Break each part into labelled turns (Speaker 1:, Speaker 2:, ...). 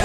Speaker 1: 知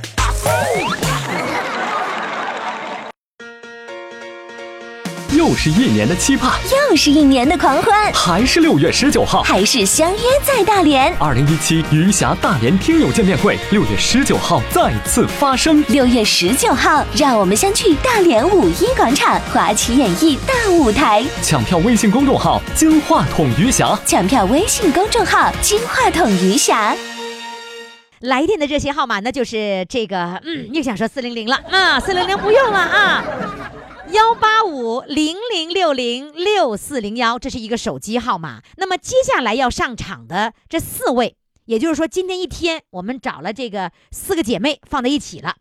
Speaker 1: 啊！呼
Speaker 2: 又是一年的期盼，
Speaker 3: 又是一年的狂欢，
Speaker 2: 还是六月十九号。
Speaker 3: 还是相约在大连。
Speaker 2: 二零一七余霞大连听友见面会，六月十九号再次发生。
Speaker 3: 六月十九号，让我们相聚大连五一广场华旗演艺大舞台。
Speaker 2: 抢票微信公众号“金话筒余霞
Speaker 3: 抢票微信公众号“金话筒余霞
Speaker 4: 来电的热线号码呢，就是这个，嗯，又想说四零零了啊，四零零不用了啊，幺八五零零六零六四零幺，这是一个手机号码。那么接下来要上场的这四位，也就是说今天一天我们找了这个四个姐妹放在一起了，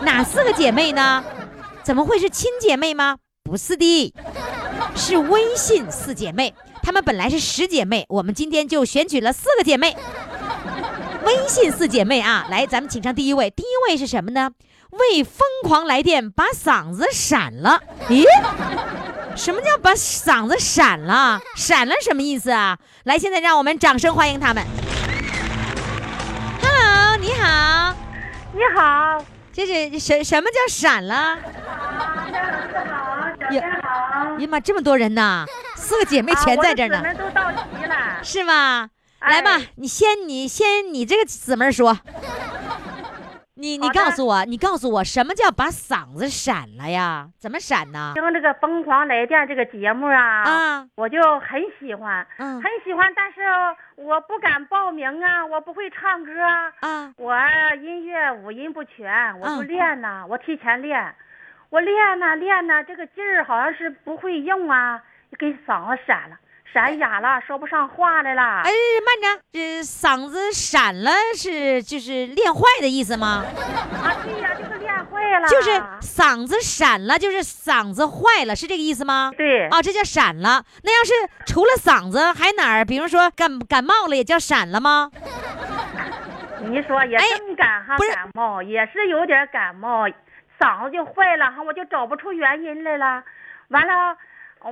Speaker 4: 哪四个姐妹呢？怎么会是亲姐妹吗？不是的，是微信四姐妹。她们本来是十姐妹，我们今天就选取了四个姐妹。微信四姐妹啊，来，咱们请上第一位。第一位是什么呢？为疯狂来电把嗓子闪了。咦，什么叫把嗓子闪了？闪了什么意思啊？来，现在让我们掌声欢迎他们。Hello，你好，
Speaker 5: 你好，
Speaker 4: 这是什什么叫闪了？有，哎呀妈，这么多人呐，四个姐妹全在这儿呢
Speaker 5: 啊啊我，的姊妹都到齐了。
Speaker 4: 是吗？来吧
Speaker 5: 哎，
Speaker 4: 你先你先你这个姊妹儿说， 你你
Speaker 5: 好的
Speaker 4: 告诉我，你告诉我什么叫把嗓子闪了呀？怎么闪呢？
Speaker 5: 听这个《疯狂来电》这个节目啊，
Speaker 4: 啊
Speaker 5: 我就很喜欢，
Speaker 4: 嗯
Speaker 5: 很喜欢，但是我不敢报名啊，我不会唱歌啊，
Speaker 4: 啊
Speaker 5: 我音乐五音不全，我就
Speaker 4: 嗯
Speaker 5: 练呐、我提前练，我练呐、练呐、这个劲儿好像是不会用啊，给嗓子闪了，闪哑了，说不上话来了。
Speaker 4: 哎，慢着，这嗓子闪了是就是练坏的意思吗？
Speaker 5: 啊，对呀、就是练坏了，
Speaker 4: 就是嗓子闪了，就是嗓子坏了，是这个意思吗？
Speaker 5: 对
Speaker 4: 啊，这叫闪了。那要是除了嗓子，还哪儿？比如说感感冒了，也叫闪了吗？
Speaker 5: 你说也
Speaker 4: 哎
Speaker 5: 正赶上
Speaker 4: 不是
Speaker 5: 感冒，也是有点感冒，嗓子就坏了哈，我就找不出原因来了。完了，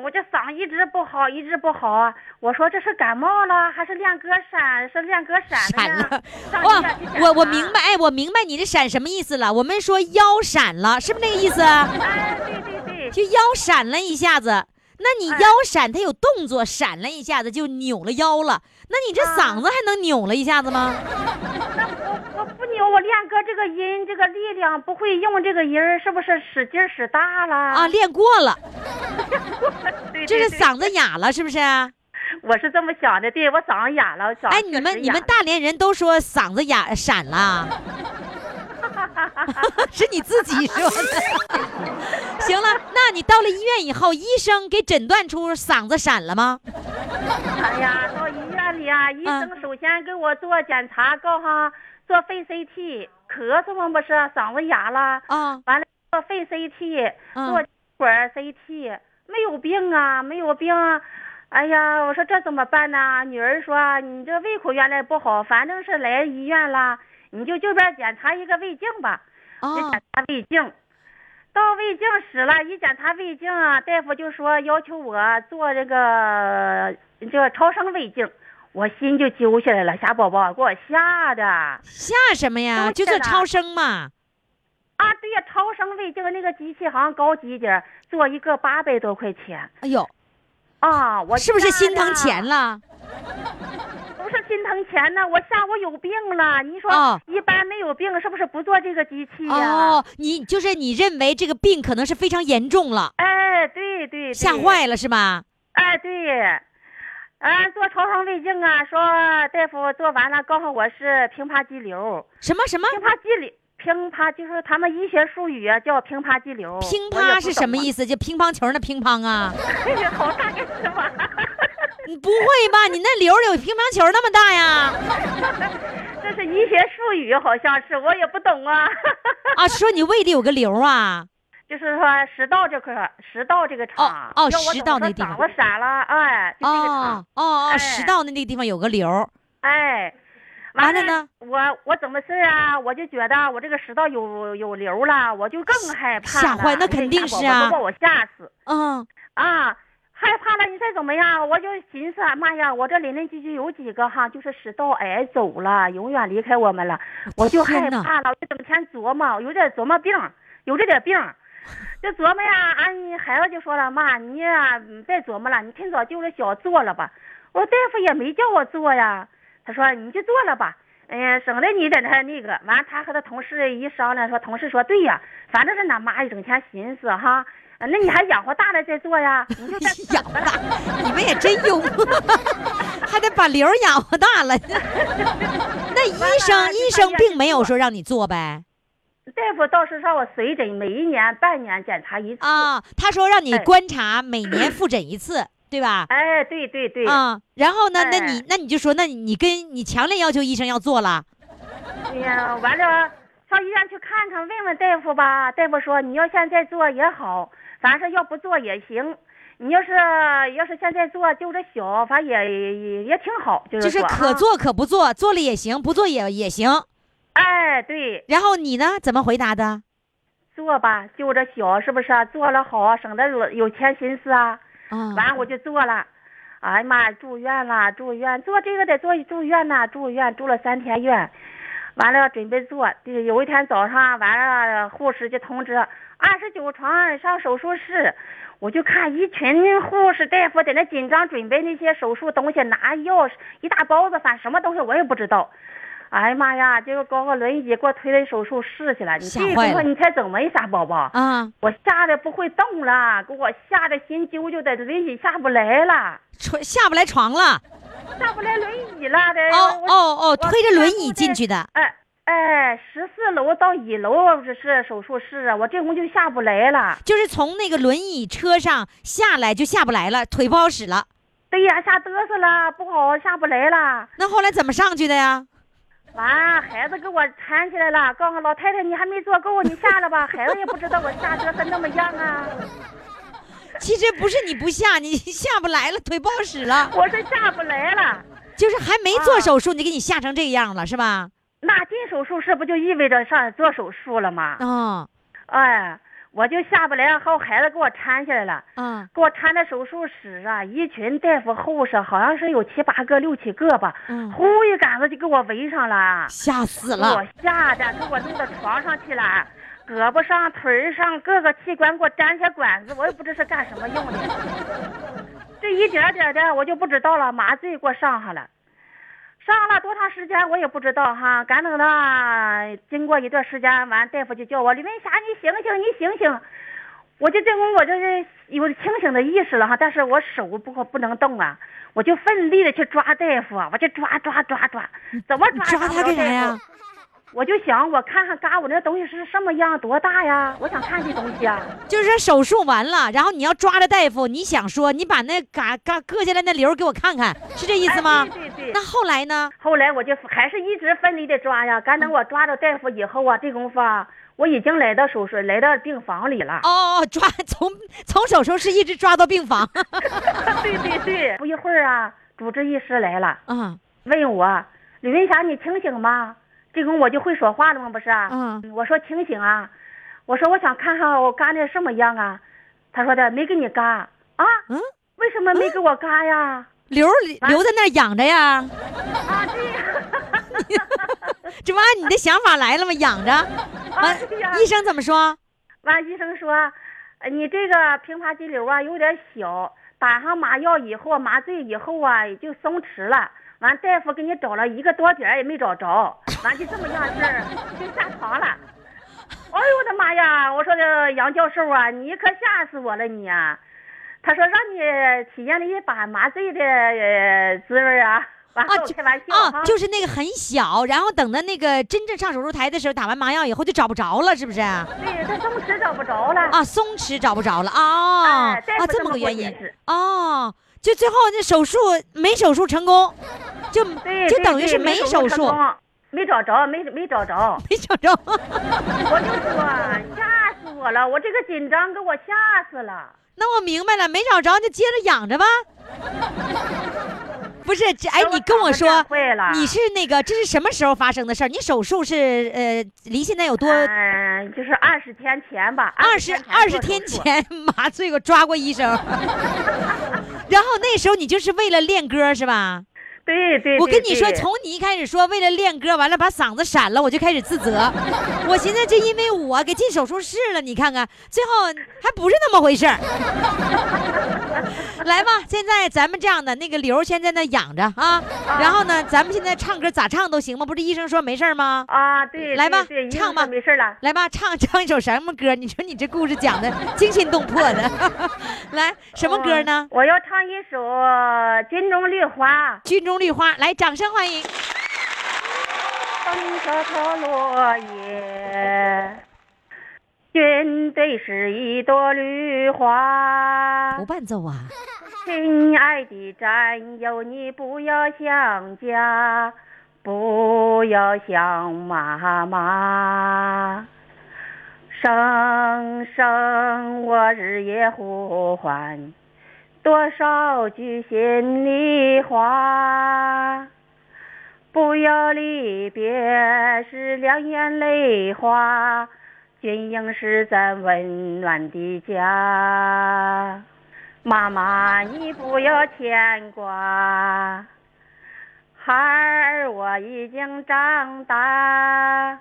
Speaker 5: 我这嗓子一直不好，一直不好啊。我说这是感冒了，还是练歌闪？是练歌闪
Speaker 4: 闪
Speaker 5: 的呀
Speaker 4: 了？
Speaker 5: 上医
Speaker 4: 哇
Speaker 5: 院去检，
Speaker 4: 我我
Speaker 5: 查
Speaker 4: 明白，。哎，我明白你这闪什么意思了。我们说腰闪了，是不是那个意思啊？
Speaker 5: 哎，对对对，
Speaker 4: 就腰闪了一下子。那你
Speaker 5: 哎
Speaker 4: 腰闪，它有动作，闪了一下子就扭了腰了。那你
Speaker 5: 啊
Speaker 4: 这嗓子还能扭了一下子吗？
Speaker 5: 我不扭，我练歌这个音，这个力量不会用，这个音儿是不是使劲儿使大了？
Speaker 4: 啊，练过了，
Speaker 5: 对，对
Speaker 4: 这是
Speaker 5: 对
Speaker 4: 嗓子哑了，是不是啊？
Speaker 5: 我是这么想的，对我嗓子哑了，我嗓子
Speaker 4: 哎，
Speaker 5: 确
Speaker 4: 你
Speaker 5: 实
Speaker 4: 们你
Speaker 5: 哑
Speaker 4: 们
Speaker 5: 了
Speaker 4: 大连人都说嗓子哑闪了，啊 是你自己说的。 行了，那你到了医院以后，医生给诊断出嗓子闪了吗？
Speaker 5: 哎呀，到医院里啊，医
Speaker 4: 嗯
Speaker 5: 生首先给我做检查，告哈做肺 CT，咳嗽嘛不是，嗓子哑了，
Speaker 4: 啊，
Speaker 5: 完了做肺 CT，
Speaker 4: 嗯
Speaker 5: 做管儿 CT，没有病啊，没有病啊。哎呀，我说这怎么办呢？女儿说你这胃口原来不好，反正是来医院了，你就这边检查一个胃镜吧。就
Speaker 4: 啊
Speaker 5: 检查胃镜，到胃镜室了，一检查胃镜啊，大夫就说要求我做这个这个超声胃镜，我心就揪下来了，傻宝宝给我吓的啊！
Speaker 4: 吓什么呀？
Speaker 5: 都啊
Speaker 4: 就
Speaker 5: 去
Speaker 4: 做
Speaker 5: 了
Speaker 4: 超声嘛。
Speaker 5: 对呀，超声胃镜那个机器好像高级点儿，做一个八百多块钱
Speaker 4: 哎呦，
Speaker 5: 啊！我
Speaker 4: 是不是
Speaker 5: 吓
Speaker 4: 心疼
Speaker 5: 得
Speaker 4: 钱？了？
Speaker 5: 不是心疼钱呢，我吓我有病了。你说、
Speaker 4: 哦
Speaker 5: 一般没有病是不是不做这个机器呀、
Speaker 4: 哦，你就是你认为这个病可能是非常严重了，
Speaker 5: 哎，对对对，
Speaker 4: 吓坏了是吧？
Speaker 5: 哎，对，嗯，做超声胃镜啊，说大夫做完了，告诉我是平爬肌瘤，
Speaker 4: 什么什么
Speaker 5: 平爬肌瘤，平爬就是他们医学术语啊，叫平爬肌瘤。
Speaker 4: 乒乓是什么意思？就乒乓球那乒乓 啊？
Speaker 5: 思？这个头大概啊 是吧？
Speaker 4: 你不会吧？你那瘤儿有乒乓球那么大呀？
Speaker 5: 啊这是医学术语，好像是，我也不懂啊。
Speaker 4: 啊，说你胃里有个瘤儿啊？
Speaker 5: 就是说食道这块儿，食道这个肠，
Speaker 4: 哦哦
Speaker 5: 要我
Speaker 4: 食道
Speaker 5: 早
Speaker 4: 那
Speaker 5: 说
Speaker 4: 地方
Speaker 5: 长了闪了，哎，就这个肠
Speaker 4: 哦，哦哦，
Speaker 5: 哎
Speaker 4: 食道的那个地方有个瘤儿。
Speaker 5: 哎，
Speaker 4: 完
Speaker 5: 完
Speaker 4: 了呢？
Speaker 5: 我我怎么事啊？我就觉得我这个食道有有瘤了，我就更害怕
Speaker 4: 吓
Speaker 5: 了
Speaker 4: 坏那
Speaker 5: 这
Speaker 4: 肯定
Speaker 5: 小
Speaker 4: 是
Speaker 5: 宝宝
Speaker 4: 啊
Speaker 5: 都把我吓死
Speaker 4: 嗯，
Speaker 5: 啊！害怕了，你再怎么样，我就寻思，妈呀，我这邻邻居居有几个哈，就是食道癌走了，永远离开我们了，我就
Speaker 4: 天
Speaker 5: 害
Speaker 4: 哪
Speaker 5: 怕了，我就整天琢磨，有点琢磨病，有这点病。就琢磨呀，俺、孩子就说了，妈，你呀、嗯别琢磨了，你趁早就着小做了吧。我说大夫也没叫我做呀，他说你就做了吧，哎呀，省得你在那那个。完，他和他同事一商量，说同事说对呀，反正是俺妈一整天寻思哈，啊那你还养活大了再做 呀，你就再
Speaker 4: 养活大，你们也真幽默， 还得把瘤儿养活大了。那医生
Speaker 5: 了
Speaker 4: 医
Speaker 5: 就
Speaker 4: 生
Speaker 5: 上医院
Speaker 4: 并
Speaker 5: 去
Speaker 4: 没有
Speaker 5: 做
Speaker 4: 说让你做呗？
Speaker 5: 大夫倒是让我随诊，每一年半年检查一次。
Speaker 4: 啊，他说让你
Speaker 5: 哎
Speaker 4: 观察，每年复诊一次，对吧？
Speaker 5: 哎，对对对，
Speaker 4: 啊，然后呢？那
Speaker 5: 哎
Speaker 4: 你那你就说，那你跟你强烈要求医生要做了，
Speaker 5: 哎呀，完了，上医院去看看，问问大夫吧。大夫说，你要现在做也好，反正要不做也行。你要是要是现在做，就这小，反正也也也挺好，就
Speaker 4: 就
Speaker 5: 是
Speaker 4: 是
Speaker 5: 说
Speaker 4: 可
Speaker 5: 啊。
Speaker 4: 做可不做，做了也行，不做也也行。
Speaker 5: 哎，对，
Speaker 4: 然后你呢？怎么回答的？
Speaker 5: 做吧，就这小，是不是啊、做了好，省得有有钱心思啊。
Speaker 4: 啊，
Speaker 5: 完我就做了，哎呀妈，住院了，住院做这个得做住院呐，住院住了三天院，完了准备做，对有一天早上完了护士就通知二十九床上手术室，我就看一群护士大夫在那紧张准备那些手术东西，拿药一大包子，反正什么东西我也不知道。哎呀妈呀！结果搞个轮椅给我推到手术室去了，你
Speaker 4: 吓
Speaker 5: 这
Speaker 4: 坏
Speaker 5: 功夫
Speaker 4: 了
Speaker 5: 你猜怎么一傻宝宝？
Speaker 4: 啊，
Speaker 5: 我吓得不会动了，给我吓得心揪揪的，轮椅下不来了，
Speaker 4: 床下不来床了。
Speaker 5: 下不来轮椅了的。
Speaker 4: 哦
Speaker 5: 我
Speaker 4: 哦哦，
Speaker 5: 哎我
Speaker 4: 推着轮椅进去的。
Speaker 5: 哎哎，十四楼到一楼这是手术室啊，我这功夫就下不来了。
Speaker 4: 就是从那个轮椅车上下来就下不来了，腿不好使了。
Speaker 5: 对呀，吓嘚瑟了，不好下不来了。
Speaker 4: 那后来怎么上去的呀？
Speaker 5: 完，孩子给我缠起来了，告诉老太太你还没做够，你下来吧。孩子也不知道我吓嘚瑟那么样啊，
Speaker 4: 其实不是你不下，你 下不来了，腿不好使了，
Speaker 5: 我是下不来了。
Speaker 4: 就是还没做
Speaker 5: 啊
Speaker 4: 手术，你给你吓成这样了，是吧？
Speaker 5: 那进手术室不就意味着上做手术了吗？
Speaker 4: 啊
Speaker 5: 哎，我就下不来，后孩子给我搀下来了，
Speaker 4: 啊
Speaker 5: 给我搀到手术室啊，一群大夫护士，好像是有七八个、六七个吧，
Speaker 4: 嗯
Speaker 5: 呼一杆子就给我围上了，
Speaker 4: 吓死
Speaker 5: 给
Speaker 4: 了
Speaker 5: 我！吓得给我弄到床上去了。胳膊上、腿儿上各个器官给我粘些管子，我也不知是干什么用的。这一点点的我就不知道了，麻醉给我上上了，上了多长时间我也不知道哈。赶等到经过一段时间，完大夫就叫我李文霞，你醒醒，你醒醒。我就这功夫我就是有清醒的意识了哈，但是我手不可不能动啊，我就奋力的去抓大夫啊，我就抓抓抓抓，怎么
Speaker 4: 你
Speaker 5: 抓也
Speaker 4: 抓
Speaker 5: 不
Speaker 4: 他干
Speaker 5: 着
Speaker 4: 啥
Speaker 5: 大夫
Speaker 4: 呀？
Speaker 5: 我就想，我看看嘎，我那东西是什么样，多大呀？我想看这东西啊。
Speaker 4: 就是说手术完了，然后你要抓着大夫，你想说你把那嘎嘎割下来那瘤给我看看，是这意思吗
Speaker 5: 哎？对对对
Speaker 4: 那。后来呢？
Speaker 5: 后来我就还是一直奋力的抓呀，赶等我抓着大夫以后啊，这功夫啊，我已经来到手术，来到病房里了。
Speaker 4: 哦哦，哦，抓从从手术室一直抓到病房。
Speaker 5: 对对对。不一会儿啊，主治医师来了，
Speaker 4: 啊
Speaker 5: 问我李文霞，你清醒吗？这功夫我就会说话了吗？不是啊。
Speaker 4: 啊
Speaker 5: 我说清醒啊，我说我想看看我嘎那什么样啊。他说的没给你嘎啊？
Speaker 4: 嗯，
Speaker 5: 为什么没给我嘎呀？
Speaker 4: 瘤儿里留在那儿养着呀。
Speaker 5: 啊，对呀。 啊
Speaker 4: 这不按你的想法来了吗？养着，完、
Speaker 5: 对呀
Speaker 4: 医生怎么说？
Speaker 5: 完，医生说，呃你这个平滑肌瘤啊有点小，打上麻药以后，麻醉以后啊也就松弛了。完，大夫给你找了一个多点儿也没找着，完就这么样式儿就下床了。哎呦我的妈呀！我说这杨教授啊，你可吓死我了你啊！他说让你体验了一把麻醉的、呃滋味啊。完
Speaker 4: 啊
Speaker 5: 了，我
Speaker 4: 就
Speaker 5: 开玩笑
Speaker 4: 啊，就是是那个很小，然后等到那个真正上手术台的时候，打完麻药以后就找不着了，是不是？啊，
Speaker 5: 对，他松弛找不着了。
Speaker 4: 松弛找不着了啊、
Speaker 5: 哎大夫
Speaker 4: 啊，
Speaker 5: 这
Speaker 4: 么
Speaker 5: 么
Speaker 4: 个
Speaker 5: 给我
Speaker 4: 原因
Speaker 5: 解释
Speaker 4: 哦，就最后那手术没手术成功，就
Speaker 5: 对，
Speaker 4: 就
Speaker 5: 对
Speaker 4: 等于
Speaker 5: 对
Speaker 4: 是
Speaker 5: 没
Speaker 4: 手
Speaker 5: 成
Speaker 4: 术，
Speaker 5: 功没找着，没没找着。
Speaker 4: 没找着。
Speaker 5: 我就说吓死我了，我这个紧张给我吓死了。
Speaker 4: 那我明白了，没找着就接着养着吧。 不是，这哎
Speaker 5: 那，我
Speaker 4: 你跟
Speaker 5: 早
Speaker 4: 我
Speaker 5: 就
Speaker 4: 说
Speaker 5: 学会了，
Speaker 4: 你是那个这是什么时候发生的事儿？你手术是呃，离现在有多
Speaker 5: 嗯，就是二十天前吧，
Speaker 4: 二十二十
Speaker 5: 做手
Speaker 4: 天
Speaker 5: 术。
Speaker 4: 前 麻醉过抓过医生， 然后那时候你就是为了练歌是吧？
Speaker 5: 对对，
Speaker 4: 我
Speaker 5: 对
Speaker 4: 跟你说，
Speaker 5: 对
Speaker 4: 从你一开始说为了练歌，完了把嗓子闪了，我就开始自责。我寻思这因为我给进手术室了，你看看，最后还不是那么回事儿。 来吧，现在咱们这样的那个瘤儿先在那养着啊，然后呢，咱们现在唱歌咋唱都行吗？不是医生说没事儿吗？
Speaker 5: 啊，对，
Speaker 4: 来
Speaker 5: 对
Speaker 4: 吧
Speaker 5: 对，
Speaker 4: 唱吧
Speaker 5: 没事了。
Speaker 4: 来吧，唱唱一首什么歌？你说你这故事讲的惊心动魄的， 来什么歌呢？
Speaker 5: 嗯我要唱一首《军中绿花》。
Speaker 4: 军中绿花，来，掌声欢迎。
Speaker 5: 啊风萧飘落叶，军队是一朵绿花
Speaker 4: 不。伴奏啊，
Speaker 5: 亲爱的战友，你不要想家，不要想妈妈。声声我日夜呼唤，多少句心里话。不要离别时两眼泪花，军营是咱温暖的家。妈妈，你不要牵挂，孩儿我已经长大。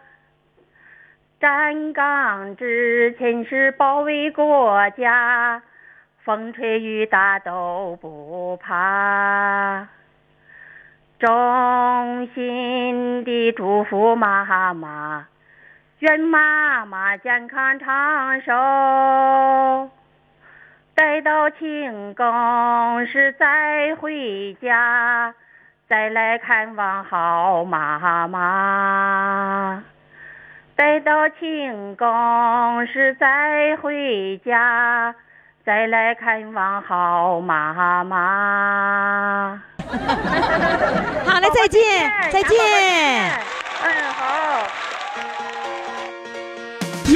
Speaker 5: 站岗执勤是保卫国家，风吹雨打都不怕。衷心地祝福妈妈，愿妈妈健康长寿。待到庆功时再回家，再来看望好妈妈。待到庆功时再回家，再来看望好妈妈。
Speaker 4: 好嘞，哎再见，再见。。
Speaker 5: 嗯，好。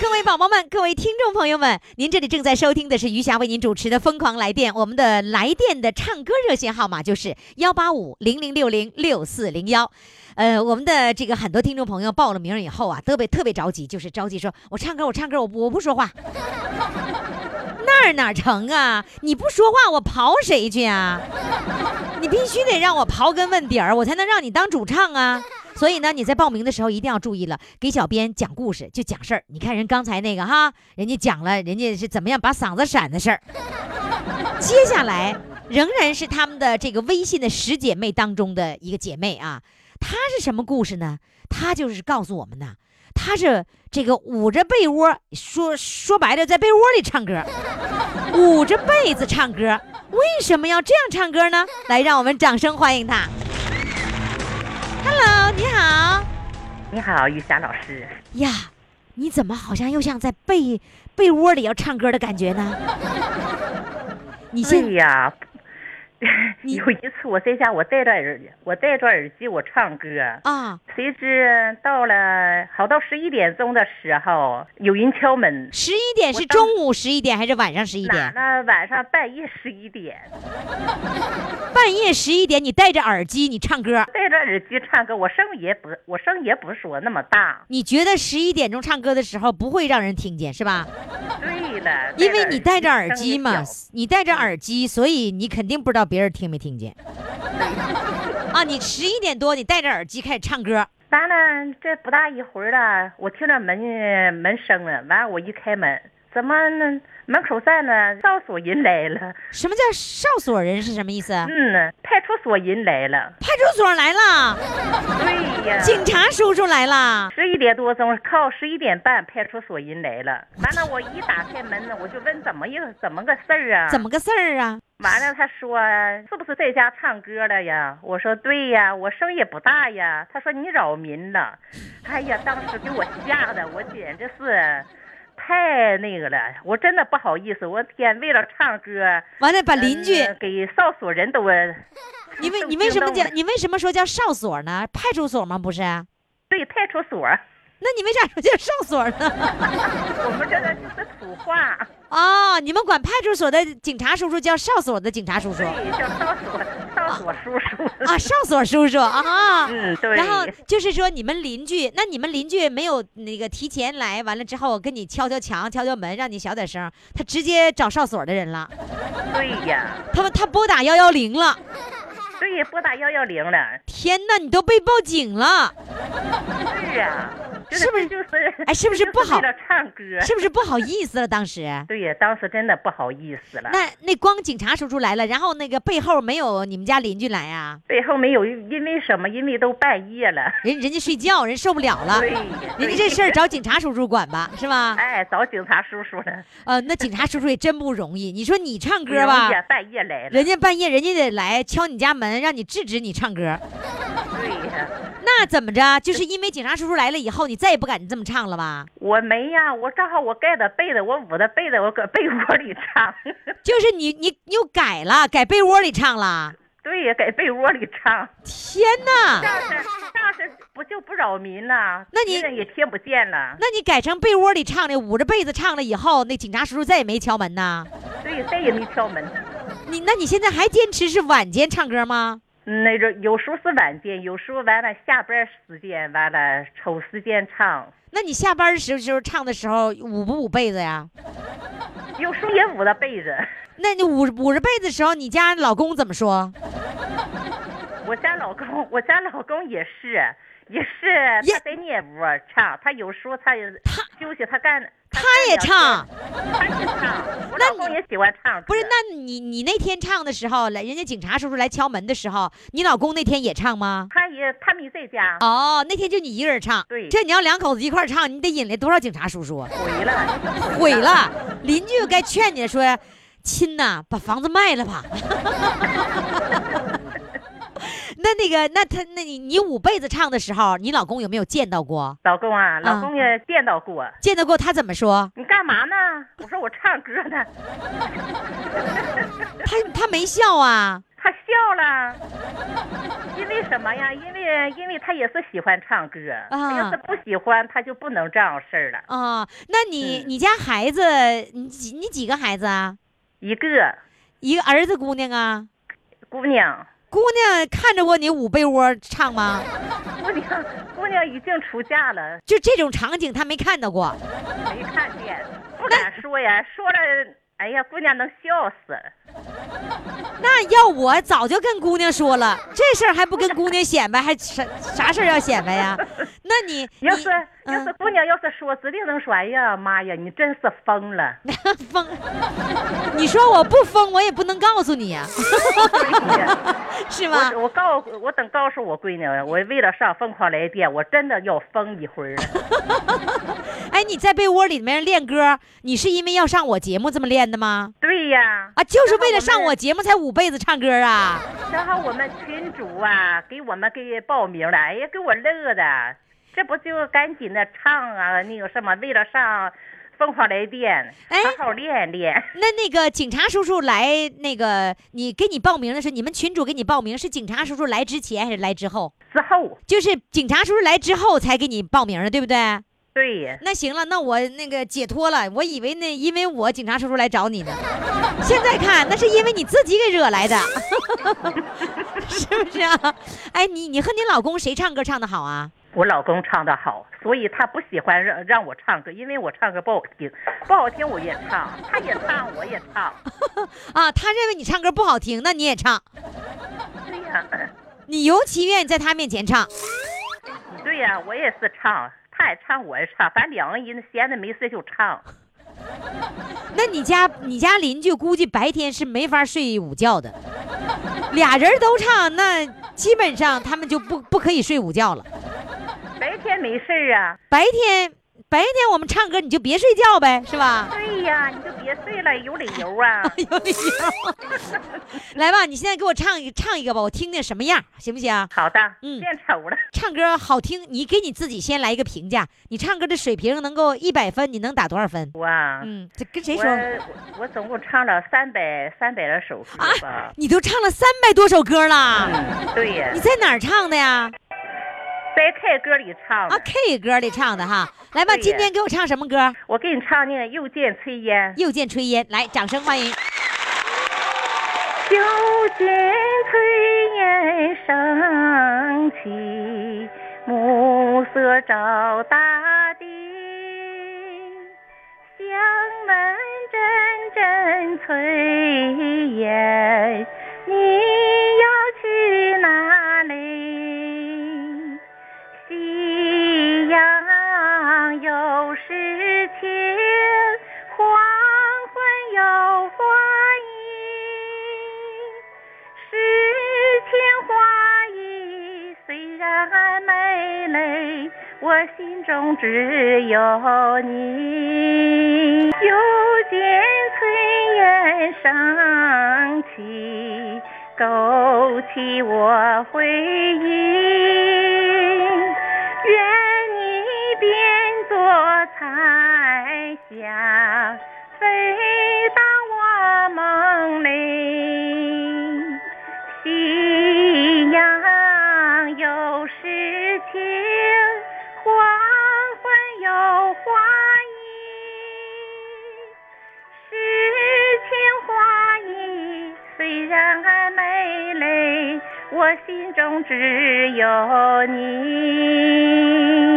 Speaker 4: 各位宝宝们，各位听众朋友们，您这里正在收听的是余霞为您主持的《疯狂来电》，我们的来电的唱歌热线号码就是幺八五零零六零六四零幺。呃，我们的这个很多听众朋友报了名以后啊，特别特别着急，就是着急说，我唱歌，我唱歌，我不我不说话， 那儿哪成啊？你不说话，我刨谁去啊？你必须得让我刨根问底儿，我才能让你当主唱啊。所以呢，你在报名的时候一定要注意了，给小编讲故事就讲事儿。你看人刚才那个哈，人家讲了人家是怎么样把嗓子闪的事儿。接下来仍然是他们的这个微信的十姐妹当中的一个姐妹啊，她是什么故事呢？她就是告诉我们呢，她是这个捂着被窝，说说白了，在被窝里唱歌，捂着被子唱歌。为什么要这样唱歌呢？来，让我们掌声欢迎她。Hello，你好
Speaker 5: 你好，玉霞老师。
Speaker 4: 呀，你怎么好像又像在被被窝里要唱歌的感觉呢？你现
Speaker 5: 对哎呀，
Speaker 4: 你
Speaker 5: 有一次我在家，我戴着耳，我戴着耳机，我唱歌。
Speaker 4: 啊，
Speaker 5: 谁知到了好到十一点钟的时候，有人敲门，
Speaker 4: 十一点是
Speaker 5: 我当
Speaker 4: 中午十一点还是晚上十一
Speaker 5: 哪
Speaker 4: 点？
Speaker 5: 呢？晚上半夜十一点，
Speaker 4: 半夜十一点，你戴着耳机你唱歌，
Speaker 5: 戴着耳机唱歌，我声也不，我声也不是说那么大。
Speaker 4: 你觉得十一点钟唱歌的时候不会让人听见是吧？
Speaker 5: 对了，
Speaker 4: 因为你戴着耳机嘛
Speaker 5: 声也，
Speaker 4: 你戴着耳机，所以你肯定不 知道别人听没听见。啊，你十一点多你戴着耳机开始唱歌，
Speaker 5: 小
Speaker 6: 完了，这不大一会儿了，我听着门门声了，完了我一开门，怎么呢？门口站呢哨所人来了，
Speaker 4: 什么叫哨所人是什么意思？啊
Speaker 6: 嗯呢，派出所人来了。
Speaker 4: 派出所来了，
Speaker 6: 对呀
Speaker 4: 警察叔叔来了。
Speaker 6: 十一点多钟，靠十一点半，派出所人来了。完了，我一打开门呢，我就问怎么一个怎么个事儿啊？
Speaker 4: 怎么个事儿啊？
Speaker 6: 完了，他说是不是在家唱歌了呀？我说对呀，我声也不大呀。他说你扰民了，哎呀，当时给我吓得我简直是太那个了，我真的不好意思，我天，为了唱歌，
Speaker 4: 完了，把邻居，
Speaker 6: 嗯给哨所人都呃
Speaker 4: 你为
Speaker 6: 都
Speaker 4: 你为什么
Speaker 6: 惊
Speaker 4: 叫
Speaker 6: 动了
Speaker 4: 你为什么说叫哨所呢？派出所吗？不是？啊
Speaker 6: 对派出所，
Speaker 4: 那你为啥说叫哨所呢？
Speaker 6: 我们这个就是土话，
Speaker 4: 哦，你们管派出所的警察叔叔叫哨所的警察叔 叔
Speaker 6: 对，叫哨所哨所叔叔。
Speaker 4: 啊，哨所叔叔啊。
Speaker 6: 嗯，对。
Speaker 4: 然后就是说，你们邻居，那你们邻居没有那个提前来，完了之后跟你敲敲墙、敲敲门，让你小点声，他直接找哨所的人了，
Speaker 6: 对呀，
Speaker 4: 他们他拨打幺幺零了，
Speaker 6: 对呀，拨打幺幺零了。
Speaker 4: 天哪，你都被报警了，
Speaker 6: 是啊，就是
Speaker 4: 是不是
Speaker 6: 就是？
Speaker 4: 哎是不是
Speaker 6: 就
Speaker 4: 不好
Speaker 6: 为了唱歌，
Speaker 4: 是不是不好意思了？当 时，
Speaker 6: 对呀，当时真的不好意思了。
Speaker 4: 那那光警察叔叔来了，然后那个背后没有你们家邻居来啊，
Speaker 6: 背后没有，因为什么？因为都半夜了。
Speaker 4: 人人家睡觉，人受不了了
Speaker 6: 对，呀，
Speaker 4: 人家啊
Speaker 6: 对
Speaker 4: 这
Speaker 6: 呀
Speaker 4: 事儿找警察叔叔管吧，是吧？
Speaker 6: 哎，找警察叔叔了。
Speaker 4: 呃，那警察叔叔也真不容易，你说你唱歌
Speaker 6: 哎呀
Speaker 4: 吧，
Speaker 6: 半夜来了。
Speaker 4: 人家半夜人家得来敲你家门，让你制止你唱歌。
Speaker 6: 对呀，
Speaker 4: 那怎么着？就是因为警察叔叔来了以后，你再也不敢这么唱了吧？
Speaker 6: 我没呀，我正好我盖的被子，我捂的被子，我搁被窝里唱。
Speaker 4: 就是你，你你又改了，改被窝里唱了。
Speaker 6: 对呀，搁被窝里唱，
Speaker 4: 天
Speaker 6: 这
Speaker 4: 哪！
Speaker 6: 样式这样式不就不扰民了？
Speaker 4: 那你
Speaker 6: 别人也听不见了。
Speaker 4: 那你改成被窝里唱的，捂着被子唱了以后，那警察叔叔再也没敲门呐。
Speaker 6: 对，再也没敲门。
Speaker 4: 你那你现在还坚持是晚间唱歌吗？
Speaker 6: 那个有时候是晚间，有时候完了下班时间，完了抽时间唱，
Speaker 4: 那你下班的时候时候唱的时候捂不捂被子呀？
Speaker 6: 有时候也捂着被子。
Speaker 4: 那你捂捂着被子的时候，你家老公怎么说？
Speaker 6: 我家老公， 我家老公也是，也是
Speaker 4: 也
Speaker 6: 他在那屋唱，他有时候他也
Speaker 4: 他
Speaker 6: 休息，他干
Speaker 4: 他
Speaker 6: 干
Speaker 4: 也
Speaker 6: 两
Speaker 4: 唱
Speaker 6: 天，他也唱。我
Speaker 4: 那
Speaker 6: 老公
Speaker 4: 你
Speaker 6: 也喜欢唱歌，
Speaker 4: 不是，那你你那天唱的时候，来人家警察叔叔来敲门的时候，你老公那天也唱吗？
Speaker 5: 啊
Speaker 6: 他也他没在家，
Speaker 4: 哦，那天就你一个人唱。
Speaker 6: 对
Speaker 4: 这你要两口子一块儿唱，你得引来多少警察叔叔啊？
Speaker 6: 毁了，那就
Speaker 4: 毁了，邻居该劝你说：“亲呐，把房子卖了吧。”那那个，那他，那你你捂被子唱的时候，你老公有没有见到过？
Speaker 6: 老公啊，
Speaker 4: 嗯
Speaker 6: 老公也见到过。
Speaker 4: 见到过他怎么说？
Speaker 6: 你干嘛呢？我说我唱歌呢，
Speaker 4: 他他没笑啊？
Speaker 6: 他笑了，因为什么呀？因为因为他也是喜欢唱歌，他要是不喜欢，他就不能这样事儿了。
Speaker 4: 啊、那你
Speaker 6: 嗯
Speaker 4: 你家孩子，你几你几个孩子啊？
Speaker 6: 一个
Speaker 4: 一个儿子姑娘啊？
Speaker 6: 姑娘，
Speaker 4: 姑娘看着过你捂被窝唱吗？
Speaker 6: 姑娘，姑娘已经出嫁了，
Speaker 4: 就这种场景他没看到过。
Speaker 6: 没看见，不敢说呀，说了，哎呀，姑娘能笑死。
Speaker 4: 那要我早就跟姑娘说 了，这事儿还不跟姑娘显摆，还啥啥事儿要显摆 呀？那你你
Speaker 6: 要是要是
Speaker 4: 嗯
Speaker 6: 姑娘要是说，指定能说，哎呀妈呀，你真是 疯了。
Speaker 4: 疯，你说我不疯，我也不能告诉你呀、 是吧？
Speaker 6: 我我告我等告诉我闺女，我为了上疯狂来电，我真的要疯一会儿了。
Speaker 4: 哎，你在被窝里面练歌，你是因为要上我节目这么练的吗？
Speaker 6: 对呀，
Speaker 4: 啊，就是
Speaker 6: 然后
Speaker 4: 为了
Speaker 6: 我
Speaker 4: 上
Speaker 6: 们
Speaker 4: 我节目才捂被子唱歌 啊！
Speaker 6: 然后我们群主啊，给我们给报名了，哎呀，给我乐的，这不就赶紧的唱啊，那个什么，为了上《疯狂来电》，
Speaker 4: 哎
Speaker 6: 好好练练。
Speaker 4: 那那个警察叔叔来，那个你给你报名的时候，你们群主给你报名是警察叔叔来之前还是来之后？
Speaker 6: 之后，
Speaker 4: 就是警察叔叔来之后才给你报名的，对不对？
Speaker 6: 对，
Speaker 4: 那行了，那我那个解脱了。我以为那因为我警察叔叔来找你呢，现在看那是因为你自己给惹来的， 是不是啊？哎，你你和你老公谁唱歌唱得好啊？
Speaker 6: 我老公唱的好，所以他不喜欢让让我唱歌，因为我唱歌不好听，不好听我也唱，他也唱我也唱。
Speaker 4: 啊，他认为你唱歌不好听，那你也唱，
Speaker 6: 对呀，
Speaker 4: 你尤其愿意在他面前唱。
Speaker 7: 对呀、我也是唱，他也唱，我也唱，反正两个人闲着没事就唱。
Speaker 4: 那你家你家邻居估计白天是没法睡午觉的，俩人都唱，那基本上他们就不不可以睡午觉了。
Speaker 7: 白天没事儿啊。
Speaker 4: 白天白天我们唱歌你就别睡觉呗，是吧？
Speaker 7: 对呀、你就别睡了，有理由 啊。
Speaker 4: 有理由。来吧，你现在给我唱一唱一个吧，我听听什么样，行不行？
Speaker 7: 好的，
Speaker 4: 嗯
Speaker 7: 变丑了。
Speaker 4: 唱歌好听，你给你自己先来一个评价，你唱歌的水平能够一百分，你能打多少分？
Speaker 7: 我啊，
Speaker 4: 嗯，这跟谁
Speaker 7: 我
Speaker 4: 说？
Speaker 7: 我我总共唱了三百三百来首歌吧。嗯
Speaker 4: 你都唱了三百多首歌了，
Speaker 7: 对呀、
Speaker 4: 你在哪儿唱的呀？
Speaker 7: 在 K 歌里唱的。
Speaker 4: 啊，K 歌里唱的哈。来吧，
Speaker 7: 对呀
Speaker 4: 今天给我唱什么歌？
Speaker 7: 我给你唱那个《又见炊烟》。
Speaker 4: 又见炊烟，来，掌声欢迎。
Speaker 7: 又见炊烟升起，暮色罩大地。乡门阵阵炊烟，你要去哪里？夕阳有时晴，黄昏有花影。诗情画意虽然美泪，我心中只有你。又见炊烟升起，勾起我回忆。愿你变作彩霞，飞到我梦里。夕阳有时晴，黄昏有花影。诗情画意虽然美丽，我心中只有你。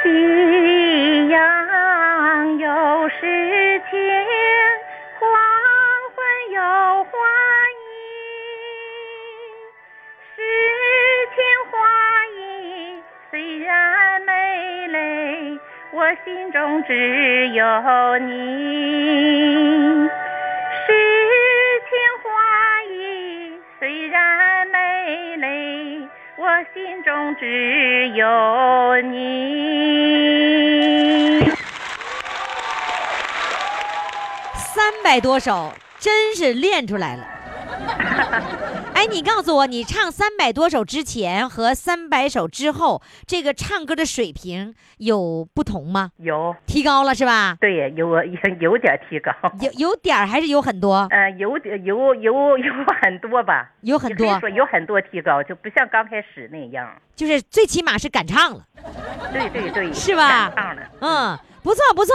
Speaker 7: 夕阳有时晴，黄昏有花影。诗情画意虽然美丽，我心中只有你。诗情画意虽然美丽，我心中只有你。
Speaker 4: 三百多首，真是练出 来了。哎，你告诉我，你唱三百多首之前和三百首之后，这个唱歌的水平有不同吗？
Speaker 7: 有，
Speaker 4: 提高了是吧？
Speaker 7: 对，有有有点提高，
Speaker 4: 有有点儿还是有很多，
Speaker 7: 呃，有点有有有很多吧。
Speaker 4: 有很
Speaker 7: 你可以
Speaker 4: 多，
Speaker 7: 说有很多提高，就不像刚开始那样。
Speaker 4: 就是最起码是敢唱了，
Speaker 7: 对对对，
Speaker 4: 是吧
Speaker 7: 赶上了，
Speaker 4: 嗯，不错不错。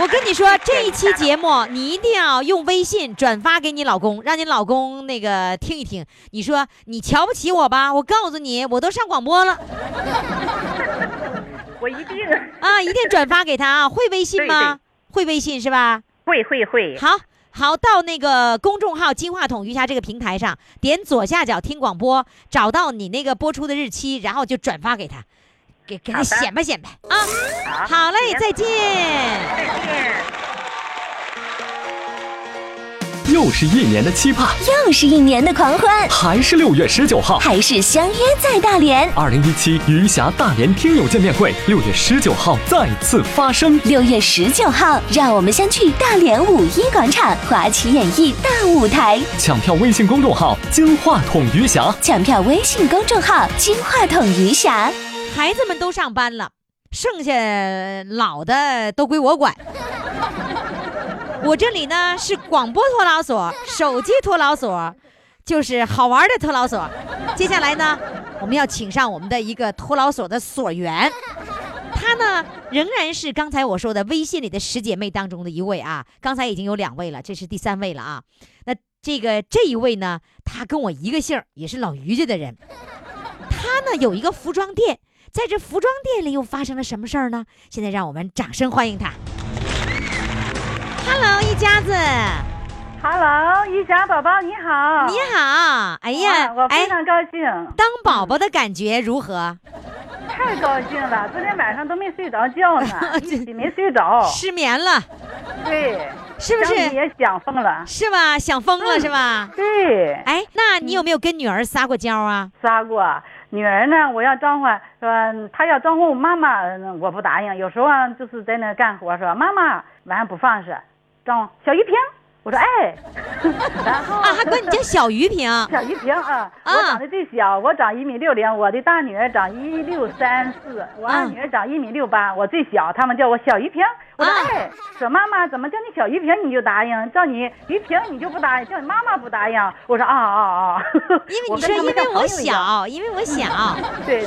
Speaker 4: 我跟你说，这一期节目你一定要用微信转发给你老公，让你老公那个听一听。你说你瞧不起我吧？我告诉你，我都上广播了。
Speaker 7: 我一定
Speaker 4: 啊，一定转发给他 啊！会微信
Speaker 7: 对
Speaker 4: 吗？会微信是吧？
Speaker 7: 会会会。
Speaker 4: 好。好，到那个公众号“金话筒余霞”这个平台上，点左下角听广播，找到你那个播出的日期，然后就转发给他，给给他
Speaker 7: 好的
Speaker 4: 显摆显摆啊！
Speaker 7: 好
Speaker 4: 好嘞，
Speaker 7: 行
Speaker 4: 再见。
Speaker 7: 再见。
Speaker 2: 又是一年的期盼，
Speaker 3: 又是一年的狂欢，
Speaker 2: 还是六月十九号。
Speaker 3: 还是相约在大连。
Speaker 2: 二零一七余霞大连听友见面会，六月十九号再次发生。
Speaker 3: 六月十九号，让我们相聚大连五一广场华旗演艺大舞台。
Speaker 2: 抢票微信公众号“金话筒余霞
Speaker 3: 抢票微信公众号“金话筒余霞
Speaker 4: 孩子们都上班了，剩下老的都归我管。我这里呢是广播托老所、手机托老所，就是好玩的托老所。接下来呢，我们要请上我们的一个托老所的所员，她呢仍然是刚才我说的微信里的十姐妹当中的一位啊。刚才已经有两位了，这是第三位了啊。那这个这一位呢，他跟我一个姓儿也是老于家的人。他呢有一个服装店，在这服装店里又发生了什么事儿呢？现在让我们掌声欢迎他。Hello，一家子，
Speaker 8: Hello，一霞宝宝你好。
Speaker 4: 你好！哎呀
Speaker 8: 啊我，非
Speaker 4: 哎，
Speaker 8: 常高兴，
Speaker 4: 当宝宝的感觉如何？，
Speaker 8: 太高兴了。昨天晚上都没睡着觉呢 一起没睡着。
Speaker 4: 失眠了，
Speaker 8: 对，
Speaker 4: 是不
Speaker 8: 想你
Speaker 4: 是？
Speaker 8: 也想疯了。
Speaker 4: 是吧？想疯
Speaker 8: 嗯
Speaker 4: 了是吧？
Speaker 8: 对，
Speaker 4: 哎，那你有没有跟女儿撒过娇啊？
Speaker 8: 撒过女儿呢，我要招呼，说她要招呼我妈妈，嗯我不答应。有时候啊，就是在那干活，说妈妈，晚上不放是，招呼小玉萍。我说哎，然后
Speaker 4: 啊，还管你叫小鱼萍，
Speaker 8: 小玉萍啊，
Speaker 4: 啊
Speaker 8: 我长得最小，我长一米六零，我的大女儿长一六三四，我
Speaker 4: 啊
Speaker 8: 二女儿长一米六八，我最小，他们叫我小玉萍。我说
Speaker 4: 啊
Speaker 8: 哎，说妈妈怎么叫你小玉萍你就答应，叫你玉萍你就不答应，叫你妈妈不答应。我说啊啊啊，
Speaker 4: 因为
Speaker 8: 我
Speaker 4: 你
Speaker 8: 跟
Speaker 4: 说
Speaker 8: 他们
Speaker 4: 因为
Speaker 8: 像朋
Speaker 4: 我
Speaker 8: 友一样，嗯
Speaker 4: 小，因为我小，
Speaker 8: 对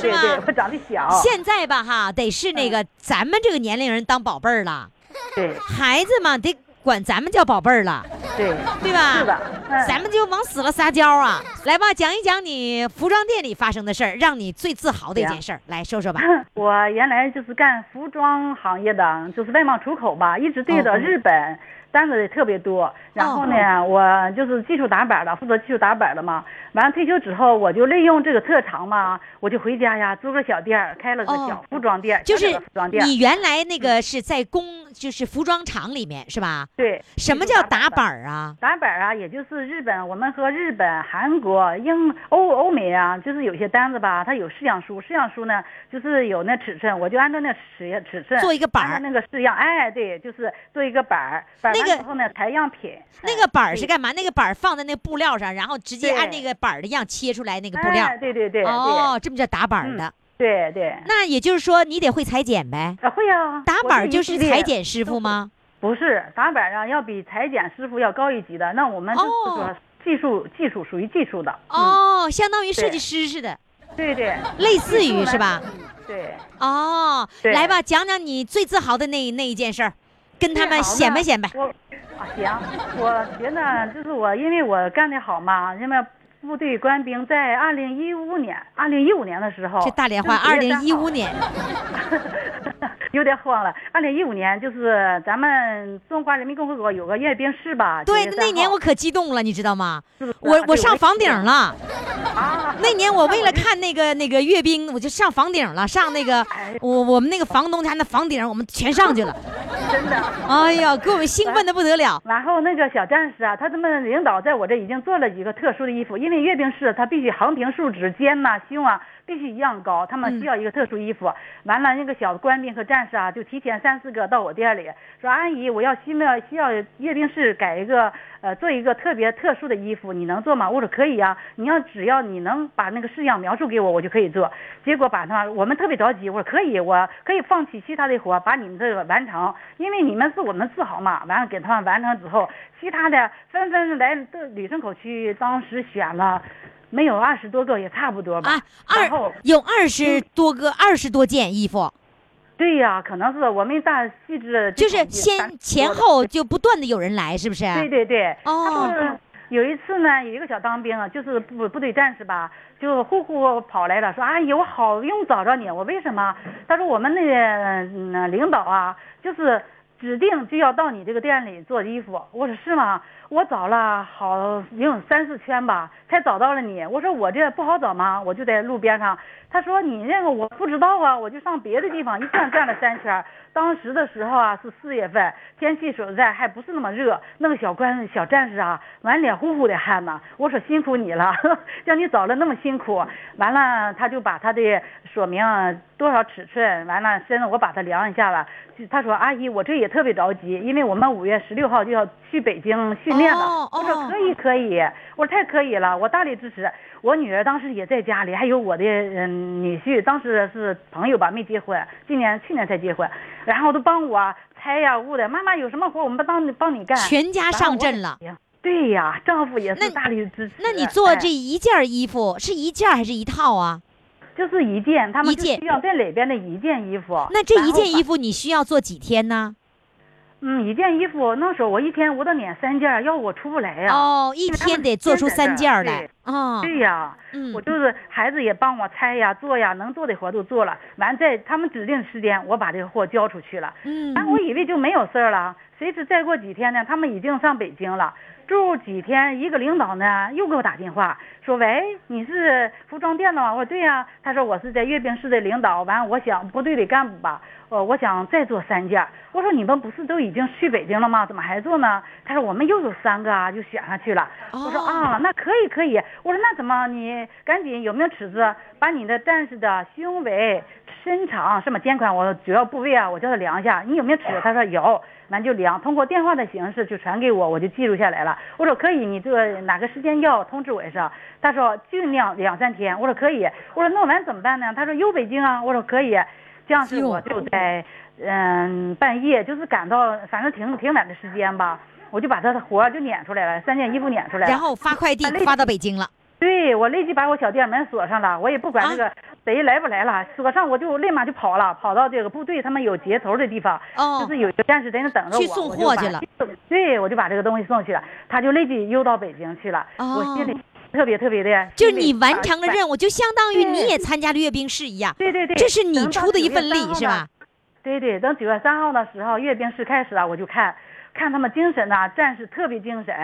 Speaker 4: 是
Speaker 8: 对对
Speaker 4: 吧，
Speaker 8: 我长得小，
Speaker 4: 现在吧哈，得是那
Speaker 8: 嗯
Speaker 4: 个咱们这个年龄人当宝贝儿了，
Speaker 8: 对
Speaker 4: 孩子嘛得管咱们叫宝贝儿了，
Speaker 8: 对
Speaker 4: 对吧？
Speaker 8: 是的，嗯
Speaker 4: 啊咱们就往死了撒娇啊！来吧，讲一讲你服装店里发生的事儿，让你最自豪的一件事儿，来说说 吧。
Speaker 8: 我原来就是干服装行业的，就是外贸出口吧，一直对
Speaker 4: 哦
Speaker 8: 着
Speaker 4: 哦
Speaker 8: 日本单子也特别多。然后呢，我就是技术打板的，负责技术打板的嘛。完了退休之后，我就利用这个特长嘛，我就回家呀，租个小店儿，开了个
Speaker 4: 哦
Speaker 8: 小服装店，
Speaker 4: 就
Speaker 8: 小小
Speaker 4: 是
Speaker 8: 的服装店。
Speaker 4: 你原来那个是在工，就是服装厂里面是吧？
Speaker 8: 对，
Speaker 4: 什么
Speaker 8: 技术
Speaker 4: 叫
Speaker 8: 打
Speaker 4: 打
Speaker 8: 板
Speaker 4: 板
Speaker 8: 儿？
Speaker 4: 儿啊？
Speaker 8: 打板儿啊，也就是日本，我们和日本、韩国、英、欧、欧美啊，就是有些单子吧，它有式样书，式样书呢，就是有那尺寸，我就按照那尺尺寸
Speaker 4: 做一个板儿
Speaker 8: 按照那个式样，哎，对，就是做一个板儿，板儿
Speaker 4: 那
Speaker 8: 完
Speaker 4: 个
Speaker 8: 之后呢，裁样品，
Speaker 4: 那个板儿是
Speaker 8: 对
Speaker 4: 干嘛？那个板儿放在那个布料上，然后直接
Speaker 8: 对
Speaker 4: 按那个板儿的样切出来那个布料
Speaker 8: 哎，。对对对，对嗯
Speaker 4: 哦，这么叫打板儿的。
Speaker 8: 对对，
Speaker 4: 那也就是说，你得会裁剪呗。
Speaker 8: 啊会啊，
Speaker 4: 打
Speaker 8: 我
Speaker 4: 板儿
Speaker 8: 一
Speaker 4: 就是
Speaker 8: 系列
Speaker 4: 裁剪师傅吗？
Speaker 8: 不是，打板啊，要比裁剪师傅要高一级的。那我们就是
Speaker 4: 哦
Speaker 8: 说技术，技术属于技术的。嗯，
Speaker 4: 哦，相当于设
Speaker 8: 对
Speaker 4: 计师似的，
Speaker 8: 对对
Speaker 4: 类似
Speaker 8: 技术
Speaker 4: 于
Speaker 8: 呢
Speaker 4: 是吧？
Speaker 8: 对。
Speaker 4: 哦，
Speaker 8: 对
Speaker 4: 来吧，讲讲你最自豪的那那一件事儿，跟他们
Speaker 8: 最好呢
Speaker 4: 显摆显摆。
Speaker 8: 我啊行，我觉得就是我，因为我干得好嘛，因为部队官兵在二零一五年，二零一五年的时候，
Speaker 4: 这大连话，二零一五
Speaker 8: 年。
Speaker 4: 年，
Speaker 8: 有点慌了。二零一五年就是咱们中华人民共和国有个阅兵式吧？
Speaker 4: 对，
Speaker 8: 9月3
Speaker 4: 那年
Speaker 8: 号
Speaker 4: 我可激动了，你知道吗？
Speaker 8: 是不是
Speaker 4: 我
Speaker 8: 对
Speaker 4: 我上房顶了，
Speaker 8: 啊，
Speaker 4: 那年我为了看那个那个阅兵，我就上房顶了，上那个
Speaker 8: 哎
Speaker 4: 我我们那个房东家那房顶，我们全上去了。
Speaker 8: 真的。
Speaker 4: 哎呀，给我们兴奋的不得了。
Speaker 8: 然后那个小战士啊，他这么领导在我这已经做了一个特殊的衣服，因为阅兵式他必须横平竖直，肩呐、胸啊必须一样高，他们需要一个特殊衣服。完了，那个小官兵和战士啊，就提前三四个到我店里说：“阿姨，我要需要需要阅兵式改一个呃做一个特别特殊的衣服，你能做吗？”我说：“可以呀、啊你要只要你能把那个式样描述给我，我就可以做。”结果把他我们特别着急，我说：“可以，我可以放弃其他的活，把你们这个完成，因为你们是我们自豪嘛。”完了给他们完成之后，其他的纷纷来这旅顺口区，当时选了。没有二十多个也差不多吧。
Speaker 4: 啊，
Speaker 8: 然后
Speaker 4: 二有二十多个，二十多件衣服，
Speaker 8: 对呀、可能是我没大细致地
Speaker 4: 就
Speaker 8: 统计，
Speaker 4: 是先前后就不断的有人来，是不是？
Speaker 8: 对对对，
Speaker 4: 哦
Speaker 8: 他们有一次呢，有一个小当兵啊，就是部部队战士吧，就呼呼跑来了，说：“阿姨，我好不用找着你，我为什么？”他说：“我们那个、嗯、领导啊，就是指定就要到你这个店里做衣服。”我说：“是吗？”我找了好也有三四圈吧，才找到了你。我说我这不好找吗？我就在路边上。他说你那个我不知道啊，我就上别的地方一转转了三圈。当时的时候啊是四月份，天气所在还不是那么热，那个小官小战士啊满脸呼呼的汗呐。我说辛苦你了， 让你找了那么辛苦。完了他就把他的说明多少尺寸，完了身子我把他量一下了。就他说阿姨我这也特别着急，因为我们五月十六号就要去北京训练了。
Speaker 4: 哦
Speaker 8: 我说
Speaker 4: 哦
Speaker 8: 可以可以，我说太可以了，我大力支持。我女儿当时也在家里，还有我的嗯女婿，当时是朋友吧，没结婚，今年去年才结婚，然后都帮我拆呀、捂的。妈妈有什么活我们帮你帮你干，
Speaker 4: 全家上阵了。
Speaker 8: 然后我也。对呀，丈夫也
Speaker 4: 那
Speaker 8: 是
Speaker 4: 你
Speaker 8: 大力支持。
Speaker 4: 那你做
Speaker 8: 哎
Speaker 4: 这一件衣服是一件还是一套啊？
Speaker 8: 就是一件，他们
Speaker 4: 一
Speaker 8: 就
Speaker 4: 件
Speaker 8: 需要在里边的一件衣服。
Speaker 4: 那这一件
Speaker 8: 服。
Speaker 4: 衣服你需要做几天呢？
Speaker 8: 嗯，一件衣服那时候我一天我得捻三件儿，要我出不来呀、
Speaker 4: 哦，一
Speaker 8: 啊因为他
Speaker 4: 天
Speaker 8: 们
Speaker 4: 得做出三件儿来
Speaker 8: 对
Speaker 4: 啊。
Speaker 8: 对呀、
Speaker 4: 嗯
Speaker 8: 我就是孩子也帮我拆呀、做呀，能做的活都做了。完在他们指定时间，我把这个货交出去了。
Speaker 4: 嗯
Speaker 8: 完我以为就没有事儿了，谁知再过几天呢，他们已经上北京了。住几天，一个领导呢又给我打电话说：“喂，你是服装店的吗？”我说：“对呀、他说：“我是在阅兵式的领导。”完，我想部队的干部吧，呃，我想再做三件儿。我说：“你们不是都已经去北京了吗？怎么还做呢？”他说：“我们又有三个啊，就选上去了。”我说
Speaker 4: 哦
Speaker 8: 啊，那可以可以。我说那怎么你赶紧有没有尺子，把你的战士的胸围、身长什么肩宽，我主要部位啊，我叫他量一下。你有没有尺子？他说有，咱就量。通过电话的形式就传给我，我就记录下来了。我说可以，你这个哪个时间要通知我一声。他说就两两三天。我说可以。我说那完怎么办呢？他说又北京啊。我说可以。这样是我就在嗯半夜，就是赶到反正挺挺晚的时间吧。我就把他的活儿就撵出来了，三件衣服撵出来了。
Speaker 4: 然后发快递
Speaker 8: 啊那
Speaker 4: 发到北京了。
Speaker 8: 对我立即把我小店门锁上了，我也不管
Speaker 4: 啊
Speaker 8: 这个贼来不来了，锁上我就立马就跑了，跑到这个部队他们有截头的地方，
Speaker 4: 哦
Speaker 8: 就是有一个战士在那等着我，
Speaker 4: 去送
Speaker 8: 我
Speaker 4: 货
Speaker 8: 就把
Speaker 4: 去了。
Speaker 8: 对，我就把这个东西送去了，他就立即邮到北京去了。
Speaker 4: 哦
Speaker 8: 我心里特别特别的，
Speaker 4: 就是
Speaker 8: 心里
Speaker 4: 你完成了
Speaker 8: 啊
Speaker 4: 任务，就相当于
Speaker 8: 对
Speaker 4: 你也参加了阅兵式一样。
Speaker 8: 对对对，
Speaker 4: 这是你
Speaker 8: 等到
Speaker 4: 出的一
Speaker 8: 9月
Speaker 4: 份力
Speaker 8: 3号
Speaker 4: 是吧
Speaker 8: 呢？？对对，等九月三号的时候，阅兵式开始了，我就看，看他们精神呐、战士特别精神。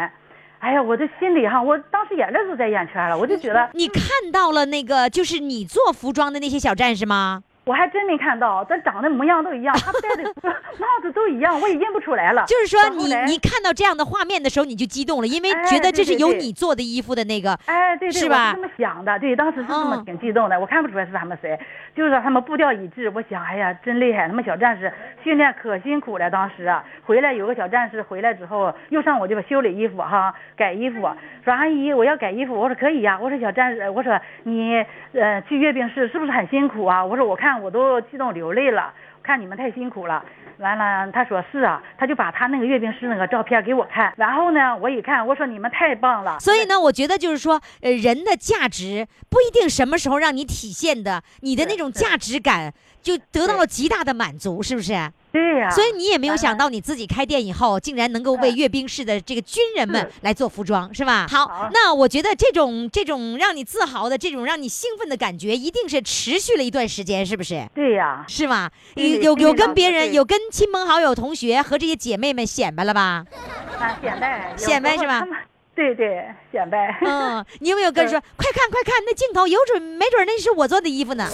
Speaker 8: 哎呀，我这心里哈，我当时眼泪都在眼圈了，我就 觉得
Speaker 4: 你看到了那个就是你做服装的那些小战士吗？
Speaker 8: 我还真没看到，咱长得模样都一样，他们戴的 帽子都一样，我也认不出来了。
Speaker 4: 就是说
Speaker 8: 到后
Speaker 4: 你
Speaker 8: 来
Speaker 4: 你看到这样的画面的时候，你就激动了，因为
Speaker 8: 哎
Speaker 4: 觉得这
Speaker 8: 对
Speaker 4: 是
Speaker 8: 对
Speaker 4: 由
Speaker 8: 对
Speaker 4: 你做的衣服的那个。
Speaker 8: 哎，对对，
Speaker 4: 是
Speaker 8: 我
Speaker 4: 吧
Speaker 8: 这么想的，对，当时是这么
Speaker 4: 嗯
Speaker 8: 挺激动的，我看不出来是他们谁，就是他们步调一致。我想，哎呀，真厉害，他们小战士训练可辛苦了。当时啊，回来有个小战士回来之后，又上我这边修理衣服哈，改衣服，说阿姨我要改衣服，我说可以呀、我说小战士，我说你呃去阅兵式是不是很辛苦啊？我说我看我都激动流泪了，看你们太辛苦了。完了，他说是啊，他就把他那个阅兵式那个照片给我看，然后呢，我一看，我说你们太棒了，
Speaker 4: 所以呢，我觉得就是说，呃，人的价值不一定什么时候让你体现的，你的那种价值感就得到了极大的满足，是不是？
Speaker 8: 对呀、
Speaker 4: 所以你也没有想
Speaker 8: 啊当
Speaker 4: 到，
Speaker 8: 然嗯
Speaker 4: 你自己开店以后，竟然能够为阅兵式的这个军人们来做服装，是吧？好
Speaker 8: 好，
Speaker 4: 那我觉得这种这种让你自豪的、这种让你兴奋的感觉，一定是持续了一段时间，是不是？
Speaker 8: 对呀、
Speaker 4: 是吧？有
Speaker 8: 对
Speaker 4: 有
Speaker 8: 心里
Speaker 4: 有
Speaker 8: 当
Speaker 4: 跟
Speaker 8: 时
Speaker 4: 别人，
Speaker 8: 对
Speaker 4: 有跟亲朋好友、同学和这些姐妹们显摆了吧？
Speaker 8: 啊，显摆，有
Speaker 4: 显摆
Speaker 8: 时候
Speaker 4: 是吧
Speaker 8: 他们？对对，显摆。
Speaker 4: 嗯，你有没有跟说，快看快看，那镜头有准没准那是我做的衣服呢？，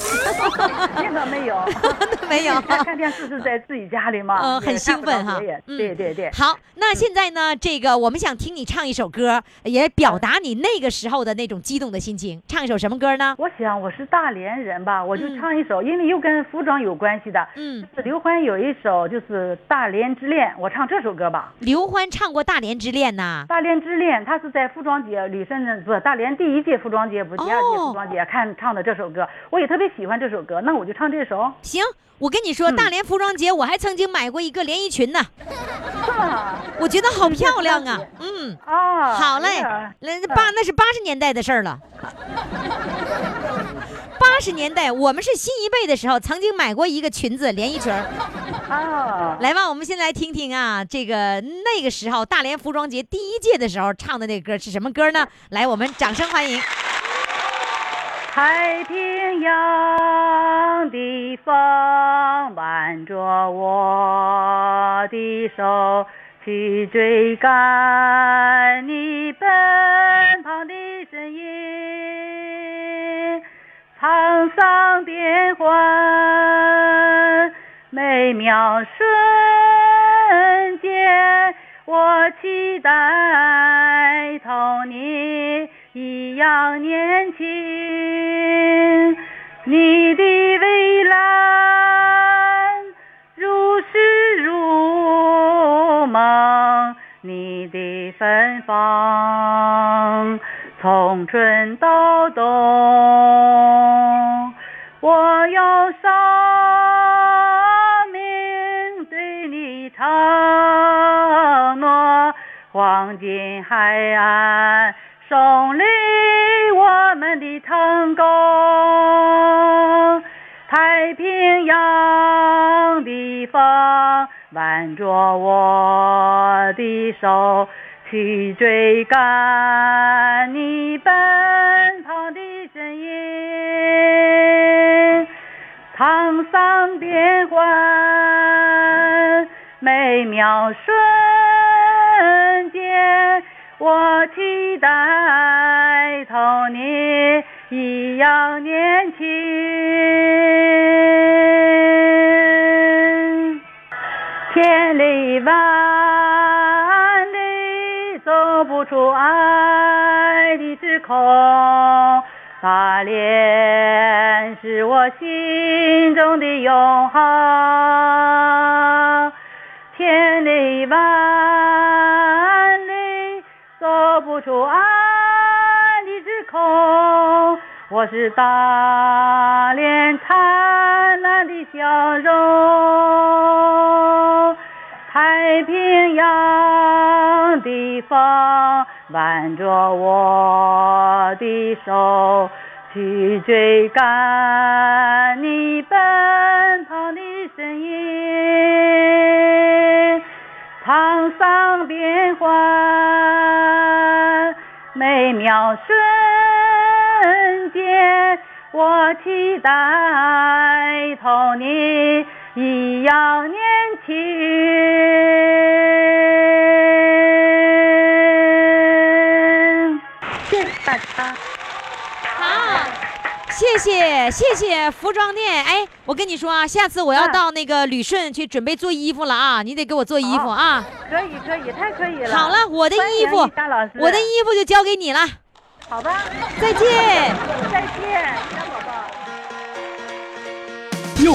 Speaker 8: 那个没有
Speaker 4: 没有
Speaker 8: 看看电视是在自己家里嘛，
Speaker 4: 嗯，
Speaker 8: 也
Speaker 4: 很
Speaker 8: 看
Speaker 4: 兴
Speaker 8: 不到
Speaker 4: 奋哈
Speaker 8: 别人。
Speaker 4: 嗯
Speaker 8: 对对对，
Speaker 4: 好，那现在呢，这个我们想听你唱一首歌，也表达你那个时候的那种激动的心情。唱一首什么歌呢？
Speaker 8: 我想我是大连人吧，我就
Speaker 4: 嗯
Speaker 8: 唱一首，因为又跟服装有关系的。
Speaker 4: 嗯，
Speaker 8: 就是刘欢有一首就是《大连之恋》，我唱这首歌吧。
Speaker 4: 刘欢唱过《大连之恋》呐。
Speaker 8: 《大连之恋》，他是在服装节，旅顺的不是大连第一届服装节，不是第二届
Speaker 4: 哦
Speaker 8: 服装节，看唱的这首歌，我也特别喜欢这首歌，那我就唱这首。
Speaker 4: 行，我跟你说，
Speaker 8: 嗯
Speaker 4: 大连服装节我还曾经买过一个连衣裙呢，我觉得好漂亮啊。嗯，
Speaker 8: 啊，
Speaker 4: 好嘞
Speaker 8: 有点儿，
Speaker 4: 那八那是八十年代的事儿了。八十年代，我们是新一辈的时候，曾经买过一个裙子，连衣裙儿。
Speaker 8: 啊，
Speaker 4: 来吧，我们先来听听啊，这个那个时候大连服装节第一届的时候唱的那个歌是什么歌呢？来，我们掌声欢迎。
Speaker 8: 太平洋的风挽着我的手，去追赶你奔跑的身影。沧桑变幻，每秒瞬间，我期待同你一样年轻。你的蔚蓝如诗如梦，你的芬芳从春到冬。我要生命对你承诺，黄金海岸送礼我们的成功。太平洋的
Speaker 9: 风挽着我的手，去追赶你奔跑的身影。沧桑变幻，每秒瞬间，我期待同你一样年轻。千里万里走不出爱的之空，大连是我心中的永恒。千里万里走不出爱的之空，我是大连灿烂的笑容。太平洋的风挽着我的手，去追赶你奔跑的身影。沧桑变幻，每秒瞬间，我期待同你一样年轻。
Speaker 10: 谢谢大家。
Speaker 4: 好，谢谢谢谢服装店。哎，我跟你说啊，下次我要
Speaker 9: 嗯
Speaker 4: 到那个旅顺去准备做衣服了啊，你得给我做衣服啊。
Speaker 9: 可以可以，太可以了。
Speaker 4: 好了，我的
Speaker 9: 欢
Speaker 4: 衣
Speaker 9: 迎
Speaker 4: 服，
Speaker 9: 你张老师
Speaker 4: 我的衣服就交给你了，
Speaker 9: 好吧，
Speaker 4: 再见。
Speaker 9: 再见，张宝宝。
Speaker 2: 又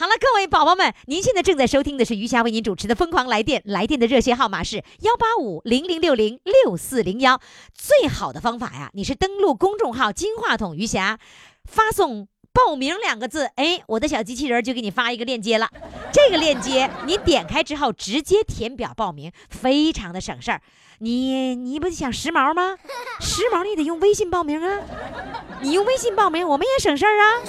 Speaker 4: 好了，各位宝宝们，您现在正在收听的是余霞为您主持的《疯狂来电》，来电的热线号码是幺八五零零六零六四零幺。最好的方法呀，你是登录公众号“金话筒余霞”，发送。报名两个字，哎，我的小机器人就给你发一个链接了。这个链接你点开之后，直接填表报名，非常的省事儿。你你不想时髦吗？时髦你得用微信报名啊，你用微信报名，我们也省事儿啊。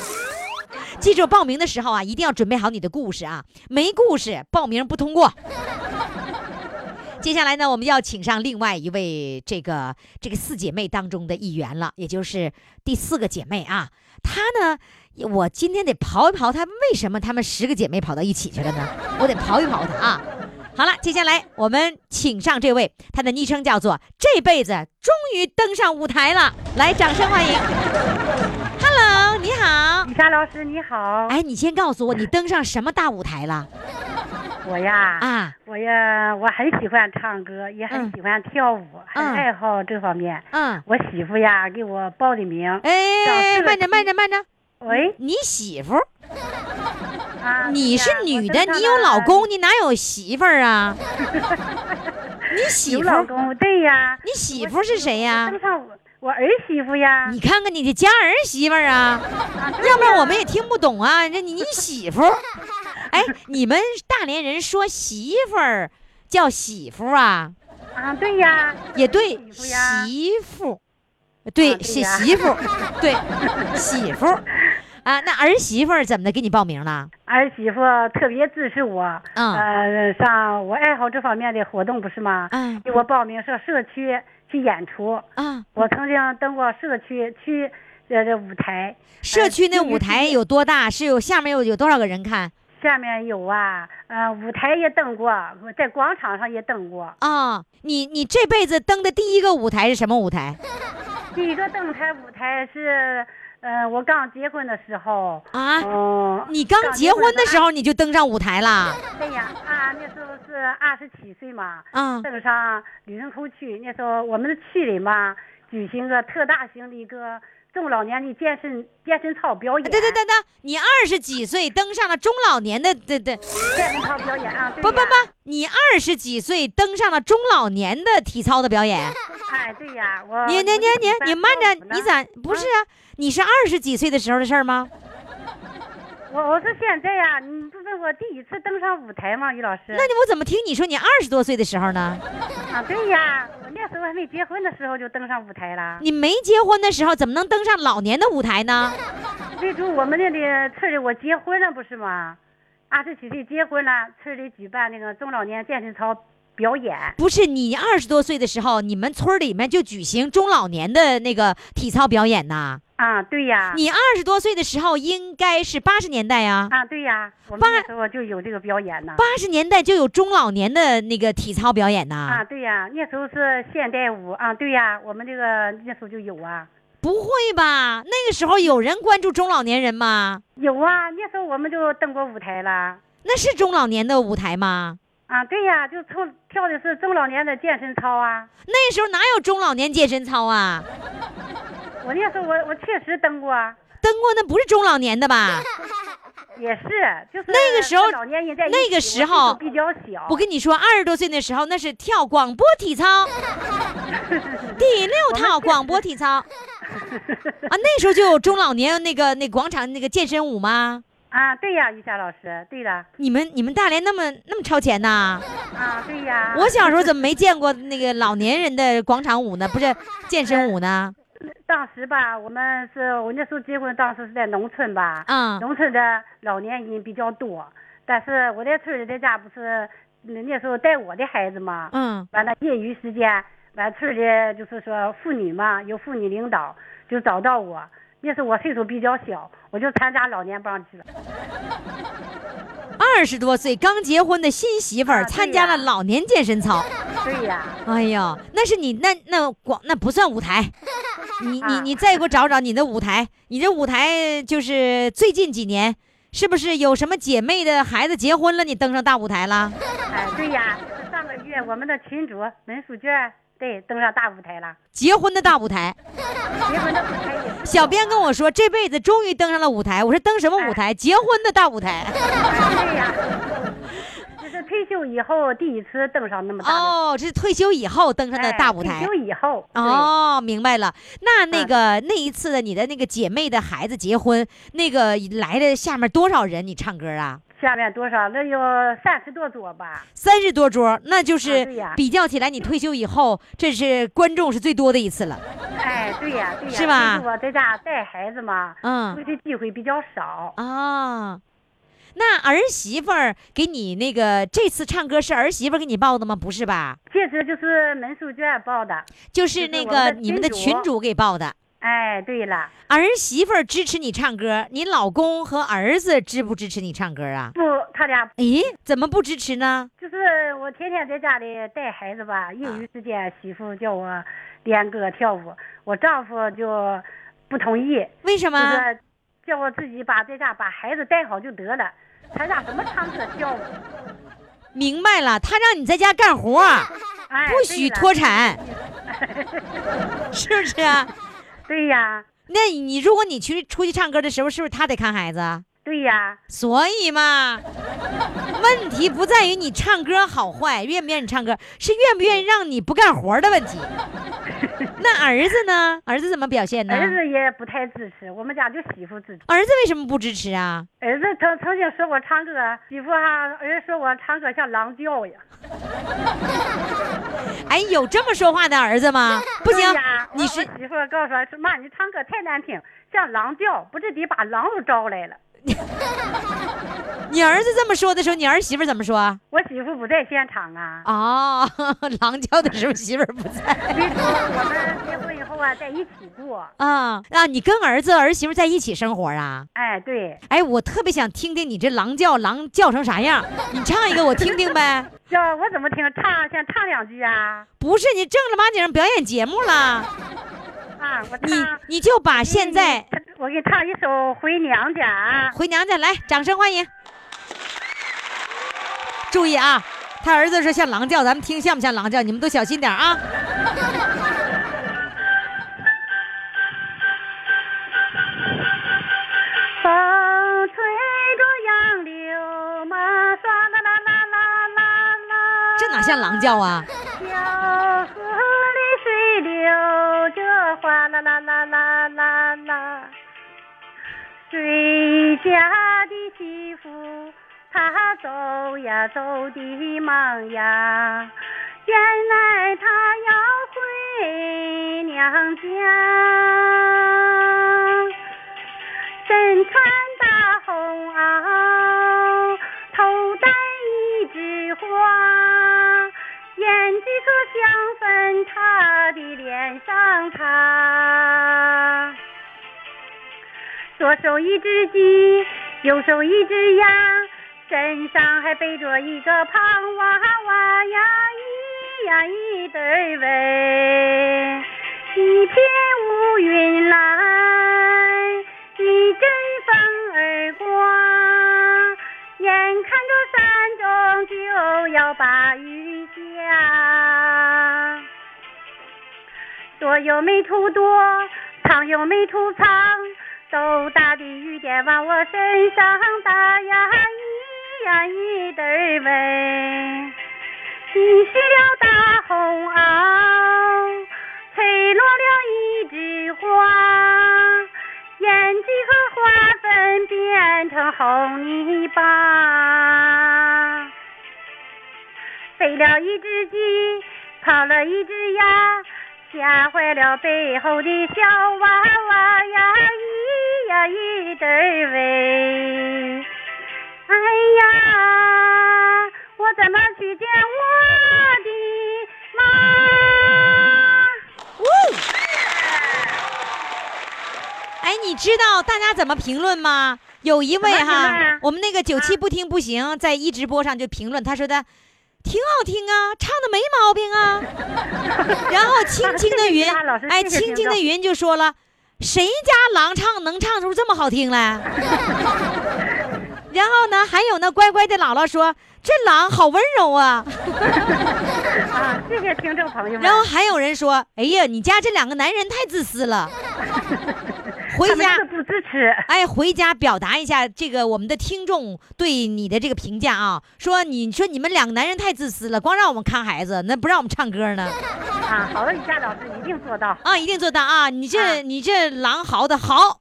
Speaker 4: 记住，报名的时候啊，一定要准备好你的故事啊，没故事报名不通过。 接下来呢，我们要请上另外一位这个这个四姐妹当中的一员了，也就是第四个姐妹啊。她呢，我今天得刨一刨她为什么她们十个姐妹跑到一起去了呢？我得刨一刨她啊。好了，接下来我们请上这位，她的昵称叫做“这辈子终于登上舞台了”，来，掌声欢迎。Hello，你好。
Speaker 9: 李霞老师你好，
Speaker 4: 哎，你先告诉我，你登上什么大舞台了
Speaker 9: 我呀，
Speaker 4: 啊？
Speaker 9: 我呀，我很喜欢唱歌，也
Speaker 4: 嗯
Speaker 9: 很喜欢跳舞，很
Speaker 4: 嗯
Speaker 9: 爱好这方面。
Speaker 4: 嗯，
Speaker 9: 我媳妇呀给我报的名，
Speaker 4: 哎，
Speaker 9: 是
Speaker 4: 慢着，慢着，慢着，
Speaker 9: 喂，
Speaker 4: 你媳妇儿，
Speaker 9: 啊，
Speaker 4: 你是
Speaker 9: 对呀
Speaker 4: 女的，
Speaker 9: 我登上啊
Speaker 4: 你有
Speaker 9: 了
Speaker 4: 老公，你哪有媳妇儿 啊？你媳
Speaker 9: 有
Speaker 4: 妇
Speaker 9: 老
Speaker 4: 儿，
Speaker 9: 公，对呀，
Speaker 4: 你媳妇儿是谁呀
Speaker 9: 登？上我我儿媳妇呀，
Speaker 4: 你看看你的家儿媳妇儿啊，要不然我们也听不懂啊。这你你媳妇儿， 哎，你们大连人说媳妇儿叫媳妇儿啊，
Speaker 9: 啊，对呀，
Speaker 4: 也对，
Speaker 9: 媳妇呀啊
Speaker 4: 媳妇，对，
Speaker 9: 对
Speaker 4: 是
Speaker 9: 呀
Speaker 4: 媳妇， 对，媳妇啊。那儿媳妇儿怎么的给你报名了？
Speaker 9: 儿媳妇特别支持我，
Speaker 4: 嗯
Speaker 9: 呃，上我爱好这方面的活动不是吗？
Speaker 5: 啊
Speaker 4: 嗯
Speaker 9: 给我报名上社区去演出，
Speaker 4: 啊，
Speaker 9: 我曾经登过社区去呃这舞台，
Speaker 4: 社区那
Speaker 9: 对于
Speaker 4: 舞台有多大？是有下面有有多少个人看
Speaker 9: 下面有啊，呃，舞台也登过，我在广场上也登过。
Speaker 4: 啊？你你这辈子登的第一个舞台是什么舞台
Speaker 9: 第一个登台舞台是，呃，我刚结婚的时候，
Speaker 4: 啊？
Speaker 9: 嗯，
Speaker 4: 你刚结婚的时候你就登上舞台了
Speaker 9: 哎呀啊，那时候是二十七岁嘛，
Speaker 4: 啊？
Speaker 9: 登上旅顺口区，那时候我们是区里嘛，
Speaker 11: 举行个特大型的一个中老年的健身健身操表演。
Speaker 4: 等等等等，你二十几岁登上了中老年的，对对，
Speaker 11: 健身操表演啊！对
Speaker 4: 不不
Speaker 11: 呀，
Speaker 4: 不，你二十几岁登上了中老年的体操的表演。
Speaker 11: 哎，对呀，我
Speaker 4: 你你你你你慢着，你
Speaker 11: 咋？
Speaker 4: 咋不是啊？你是二十几岁的时候的事儿吗？
Speaker 11: 我我是现在呀，你不是我第一次登上舞台吗？于老师，
Speaker 4: 那你我怎么听你说你二十多岁的时候呢？
Speaker 11: 啊，对呀，我那时候还没结婚的时候就登上舞台了。
Speaker 4: 你没结婚的时候怎么能登上老年的舞台呢？
Speaker 11: 最初我们那里村里我结婚了不是吗？二十几岁结婚了，村里举办那个中老年健身操表演。
Speaker 4: 不是你二十多岁的时候，你们村儿里面就举行中老年的那个体操表演呐。
Speaker 11: 啊，对呀，
Speaker 4: 你二十多岁的时候应该是八十年代啊，
Speaker 11: 啊，对呀，我们
Speaker 4: 八
Speaker 11: 那时候就有这个表演呢。
Speaker 4: 八十年代就有中老年的那个体操表演呐。
Speaker 11: 啊，对呀，那时候是现代舞啊，对呀，我们这个那时候就有啊，
Speaker 4: 不会吧？那个时候有人关注中老年人吗？
Speaker 11: 有啊，那时候我们就登过舞台了。
Speaker 4: 那是中老年的舞台吗？
Speaker 11: 啊，对呀，就跳跳的是中老年的健身操啊。
Speaker 4: 那时候哪有中老年健身操啊？
Speaker 11: 我那时候我我确实登过，啊，
Speaker 4: 登过那不是中老年的 吧？
Speaker 11: 也是，就是
Speaker 4: 那个时候
Speaker 11: 跟老年人在一起
Speaker 4: 那个时候
Speaker 11: 我岁数比较小。
Speaker 4: 我跟你说，二十多岁那时候那是跳广播体 操，第六套广播体操啊， 那时候就有中老年那个那广场那个健身舞吗？
Speaker 11: 啊，对呀，于霞老师，对的，
Speaker 4: 你们你们大连那么那么超前呐？
Speaker 11: 啊，对呀，
Speaker 4: 我小时候怎么没见过那个老年人的广场舞呢？不是健身舞呢？
Speaker 11: 当时吧，我们是我那时候结婚，当时是在农村吧，
Speaker 4: 嗯
Speaker 11: 农村的老年人比较多，但是我在村里在家不是嗯那那时候带我的孩子嘛，
Speaker 4: 嗯，
Speaker 11: 完了业余时间，完村里就是说妇女嘛，有妇女领导就找到我，那时候我岁数比较小，我就参加老年帮去了，
Speaker 4: 二十多岁刚结婚的新媳妇儿
Speaker 11: 啊对呀
Speaker 4: 参加了老年健身操。
Speaker 11: 对呀，
Speaker 4: 哎呀，那是你那那广那不算舞台，你你
Speaker 11: 啊
Speaker 4: 你再给我找找你的舞台，你这舞台就是最近几年是不是有什么姐妹的孩子结婚了，你登上大舞台了？
Speaker 11: 哎，对呀，就是上个月我们的群主门淑娟对登上大舞台了，
Speaker 4: 结婚的大舞台，
Speaker 11: 结婚的舞台也是
Speaker 4: 小编跟我说这辈子终于登上了舞台，我说登什么舞台？结婚的大舞台。
Speaker 11: 对呀，就是退休以后第一次登上那么大的、
Speaker 4: 哦，这是退休以后登上的
Speaker 11: 哎
Speaker 4: 大舞台
Speaker 11: 退休。以后，
Speaker 4: 哦，明白了。那那个那一次的你的那个姐妹的孩子结婚，那个来的下面多少人？你唱歌啊？
Speaker 11: 对下面多少？那有三十多桌吧？
Speaker 4: 三十多桌，那就是
Speaker 11: 啊对呀
Speaker 4: 比较起来，你退休以后，这是观众是最多的一次 了。
Speaker 11: 哎，对呀，对
Speaker 4: 嗯
Speaker 11: 呀，
Speaker 4: 是吧
Speaker 11: 就是我在家带孩子嘛，
Speaker 4: 嗯
Speaker 11: 出去机会比较少。
Speaker 4: 啊，那儿媳妇儿给你那个这次唱歌是儿媳妇儿给你报的吗？不是吧？
Speaker 11: 这次就是门书娟报的。
Speaker 4: 就是
Speaker 11: 是
Speaker 4: 那
Speaker 11: 我们
Speaker 4: 个
Speaker 11: 的
Speaker 4: 你们的
Speaker 11: 群
Speaker 4: 群
Speaker 11: 主
Speaker 4: 主给报的。
Speaker 11: 哎，对了，
Speaker 4: 儿媳妇儿支持你唱歌，你老公和儿子支不支持你唱歌啊？
Speaker 11: 不，他俩
Speaker 4: 咦，怎么不支持呢？
Speaker 11: 就是我天天在家里带孩子吧，
Speaker 4: 嗯
Speaker 11: 业余时间媳妇叫我练歌跳舞，我丈夫就不同意。
Speaker 4: 为什
Speaker 11: 就
Speaker 4: 么？
Speaker 11: 是叫我自己把在家把孩子带好就得了，参加什么唱歌跳舞，
Speaker 4: 明白了，他让你在家干活儿，
Speaker 11: 哎，
Speaker 4: 不许脱 产，是不是啊？
Speaker 11: 对呀，
Speaker 4: 那你你如果你去出去唱歌的时候，是不是他得看孩子啊？
Speaker 11: 对呀，
Speaker 4: 所以 嘛，问题不在于你唱歌好坏，愿不愿意唱歌，是愿不愿意让你不干活的问 题。那儿子呢？儿子怎么表现呢？
Speaker 11: 儿子也不太支持，我们家就媳妇支持。
Speaker 4: 儿子为什么不支持啊？
Speaker 11: 儿子曾曾经说我唱歌，媳妇啊，儿子说我唱歌像狼叫呀，
Speaker 4: 哎，有这么说话的儿子 吗？不行
Speaker 11: 对呀，，
Speaker 4: 你
Speaker 11: 我
Speaker 4: 是
Speaker 11: 我媳妇告诉我说妈，你唱歌太难听，像狼叫，不是得把狼都招来了。
Speaker 4: 你儿子这么说的时候，你儿媳妇怎么 说？
Speaker 11: 我媳妇不在现场啊，
Speaker 4: 哦， 狼叫的时候媳妇儿不 在
Speaker 11: 所以说我们结婚以后啊，在一起过。
Speaker 4: 啊啊！你跟儿子儿媳妇在一起生活啊？
Speaker 11: 哎，对，
Speaker 4: 哎，我特别想听听你这狼叫，狼叫成啥样？你唱一个我听听呗。
Speaker 11: 叫我怎么听唱，先唱两句啊。
Speaker 4: 不是你正儿八经表演节目了，
Speaker 11: 啊，我
Speaker 4: 你
Speaker 11: 唱。
Speaker 4: 你就把现在
Speaker 11: 我给你唱一首《回娘家》啊。
Speaker 4: 回娘家来，掌声欢迎。注意啊，他儿子说像狼叫，咱们听像不像狼叫？你们都小心点啊。像狼叫啊？
Speaker 12: 小河里水流着，哗啦啦啦啦啦啦。谁家的媳妇，她走呀走的忙呀，原来她要回娘家。身穿大红袄，头戴一枝花，胭脂和香粉她的脸上擦。左手一只鸡，右手一只鸭，身上还背着一个胖娃娃呀，咿呀咿得儿喂，一片乌云来，一阵风儿刮，眼看着山中就要把雨下。左右没出多，旁又没出苍，豆大的雨点往我身上打呀，咿呀咿得儿喂。你湿了大红袄，吹落了一枝花，胭脂和花粉变成红泥巴。飞了一只鸡，跑了一只鸭，吓坏了背后的小娃娃呀，咿呀咿得儿喂。哎呀，我怎么去见我的妈？
Speaker 4: 哎，你知道大家怎么评论吗？有一位
Speaker 12: 怎么评论
Speaker 4: 哈
Speaker 12: 啊，
Speaker 4: 我们那个九七不听不行，在一直播上就评论，他说的挺好听啊，唱的没毛病啊。 然后青青的云
Speaker 12: 谢谢 啊老师，
Speaker 4: 哎，
Speaker 12: 谢谢
Speaker 4: 青青
Speaker 12: 评
Speaker 4: 的
Speaker 12: 论
Speaker 4: 云就说了，谁家狼唱能唱出这么好 听来？然后呢，还有呢，乖乖的姥姥说这狼好温 柔啊。
Speaker 12: 啊，谢谢听众朋友们。
Speaker 4: 然后还有人说，哎呀，你家这两个男人太自私 了，回
Speaker 12: 他们
Speaker 4: 家
Speaker 12: 是不支持。
Speaker 4: 哎，回家表达一下这个我们的听众对你的这个评价啊，说你说你们两个男人太自私了，光让我们看孩子，那不让我们唱歌呢
Speaker 12: 啊，好的，以下老师一定做到。
Speaker 4: 啊！一定做到啊！你这、你这狼嚎 的嚎。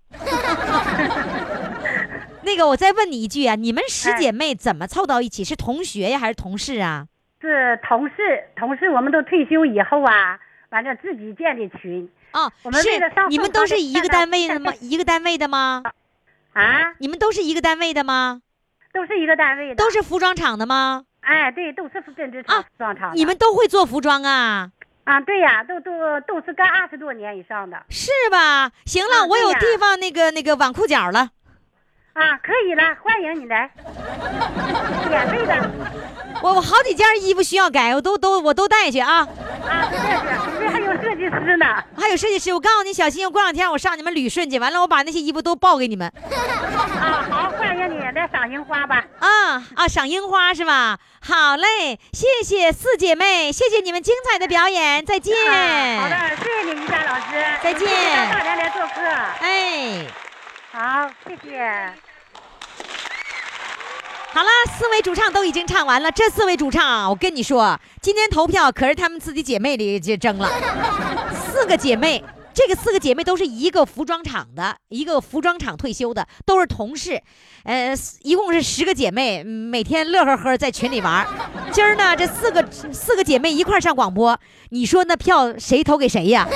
Speaker 4: 那个，我再问你一句啊，你们十
Speaker 12: 哎
Speaker 4: 姐妹怎么凑到一起？是同学呀，还是同事啊？
Speaker 12: 是同事，同事我们都退休以后啊，完了自己建的群
Speaker 4: 啊，
Speaker 12: 我们
Speaker 4: 是
Speaker 12: 为了上
Speaker 4: 你们
Speaker 12: 凤
Speaker 4: 都
Speaker 12: 凰
Speaker 4: 是
Speaker 12: 得
Speaker 4: 一
Speaker 12: 看
Speaker 4: 个
Speaker 12: 看
Speaker 4: 单位的吗？
Speaker 12: 看
Speaker 4: 一个单位的吗？
Speaker 12: 啊，
Speaker 4: 你们都是一个单位的吗？
Speaker 12: 都是一个单位的，
Speaker 4: 都是服装厂的吗？
Speaker 12: 哎，对，都是针织厂、
Speaker 4: 啊
Speaker 12: 服装厂的。
Speaker 4: 你们都会做服装啊？
Speaker 12: 啊，对呀、都都都是干二十多年以上的
Speaker 4: 是吧？行了，
Speaker 12: 啊
Speaker 4: 我
Speaker 12: 对
Speaker 4: 有
Speaker 12: 呀
Speaker 4: 地方那个那个挽裤脚了。
Speaker 12: 啊，可以了，欢迎你来，免费的
Speaker 4: 我我好几件衣服需要改，我都都我都带去啊。
Speaker 12: 啊，不客气，我们这还有设计师呢，
Speaker 4: 还有设计师，我告诉你，小心，过两天我上你们旅顺去，完了我把那些衣服都报给你们
Speaker 12: 啊，好，欢迎你来赏樱花吧，
Speaker 4: 啊啊！赏樱花是吧？好嘞，谢谢四姐妹，谢谢你们精彩的表演，再见。
Speaker 12: 啊，好的，谢谢你，一佳老师，
Speaker 4: 再见
Speaker 12: 谢谢大家来做客，
Speaker 4: 哎，
Speaker 12: 好，谢谢。
Speaker 4: 好了，四位主唱都已经唱完了，这四位主唱啊，我跟你说，今天投票可是她们自己姐妹里就争了，四个姐妹。这个四个姐妹都是一个服装厂的，一个服装厂退休的，都是同事，呃，一共是十个姐妹，每天乐呵呵在群里玩儿。今儿呢，这四个四个姐妹一块儿上广播，你说那票谁投给谁呀、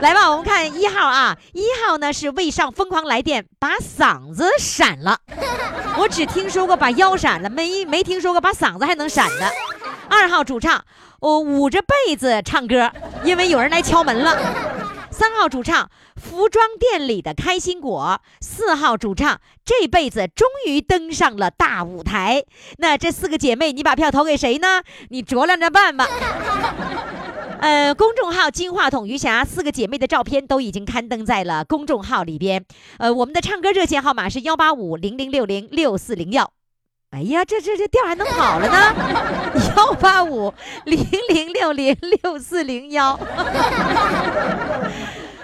Speaker 4: 来吧，我们看一号啊，一号呢是为上疯狂来电，把嗓子闪了。我只听说过把腰闪了，没没听说过把嗓子还能闪的。二号主唱，我、捂着被子唱歌，因为有人来敲门了。三号主唱，服装店里的开心果。四号主唱，这辈子终于登上了大舞台。那这四个姐妹，你把票投给谁呢？你酌量着办吧。呃，公众号“金话筒余霞”四个姐妹的照片都已经刊登在了公众号里边。呃，我们的唱歌热线号码是幺八五零零六零六四零幺。哎呀，这这这调还能跑了呢？ 幺八五零零六零六四零幺。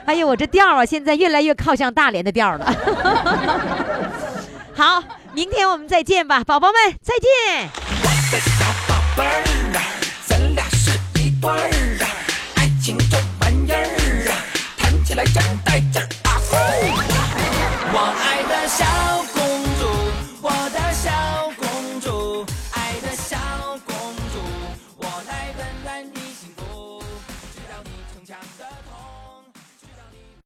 Speaker 4: 哎呦，我这调啊，现在越来越靠向大连的调了。 好，明天我们再见吧，宝宝们，再见。
Speaker 1: 宝本儿啊，咱俩是一对儿啊，爱情这玩意儿啊，谈起来真带劲儿。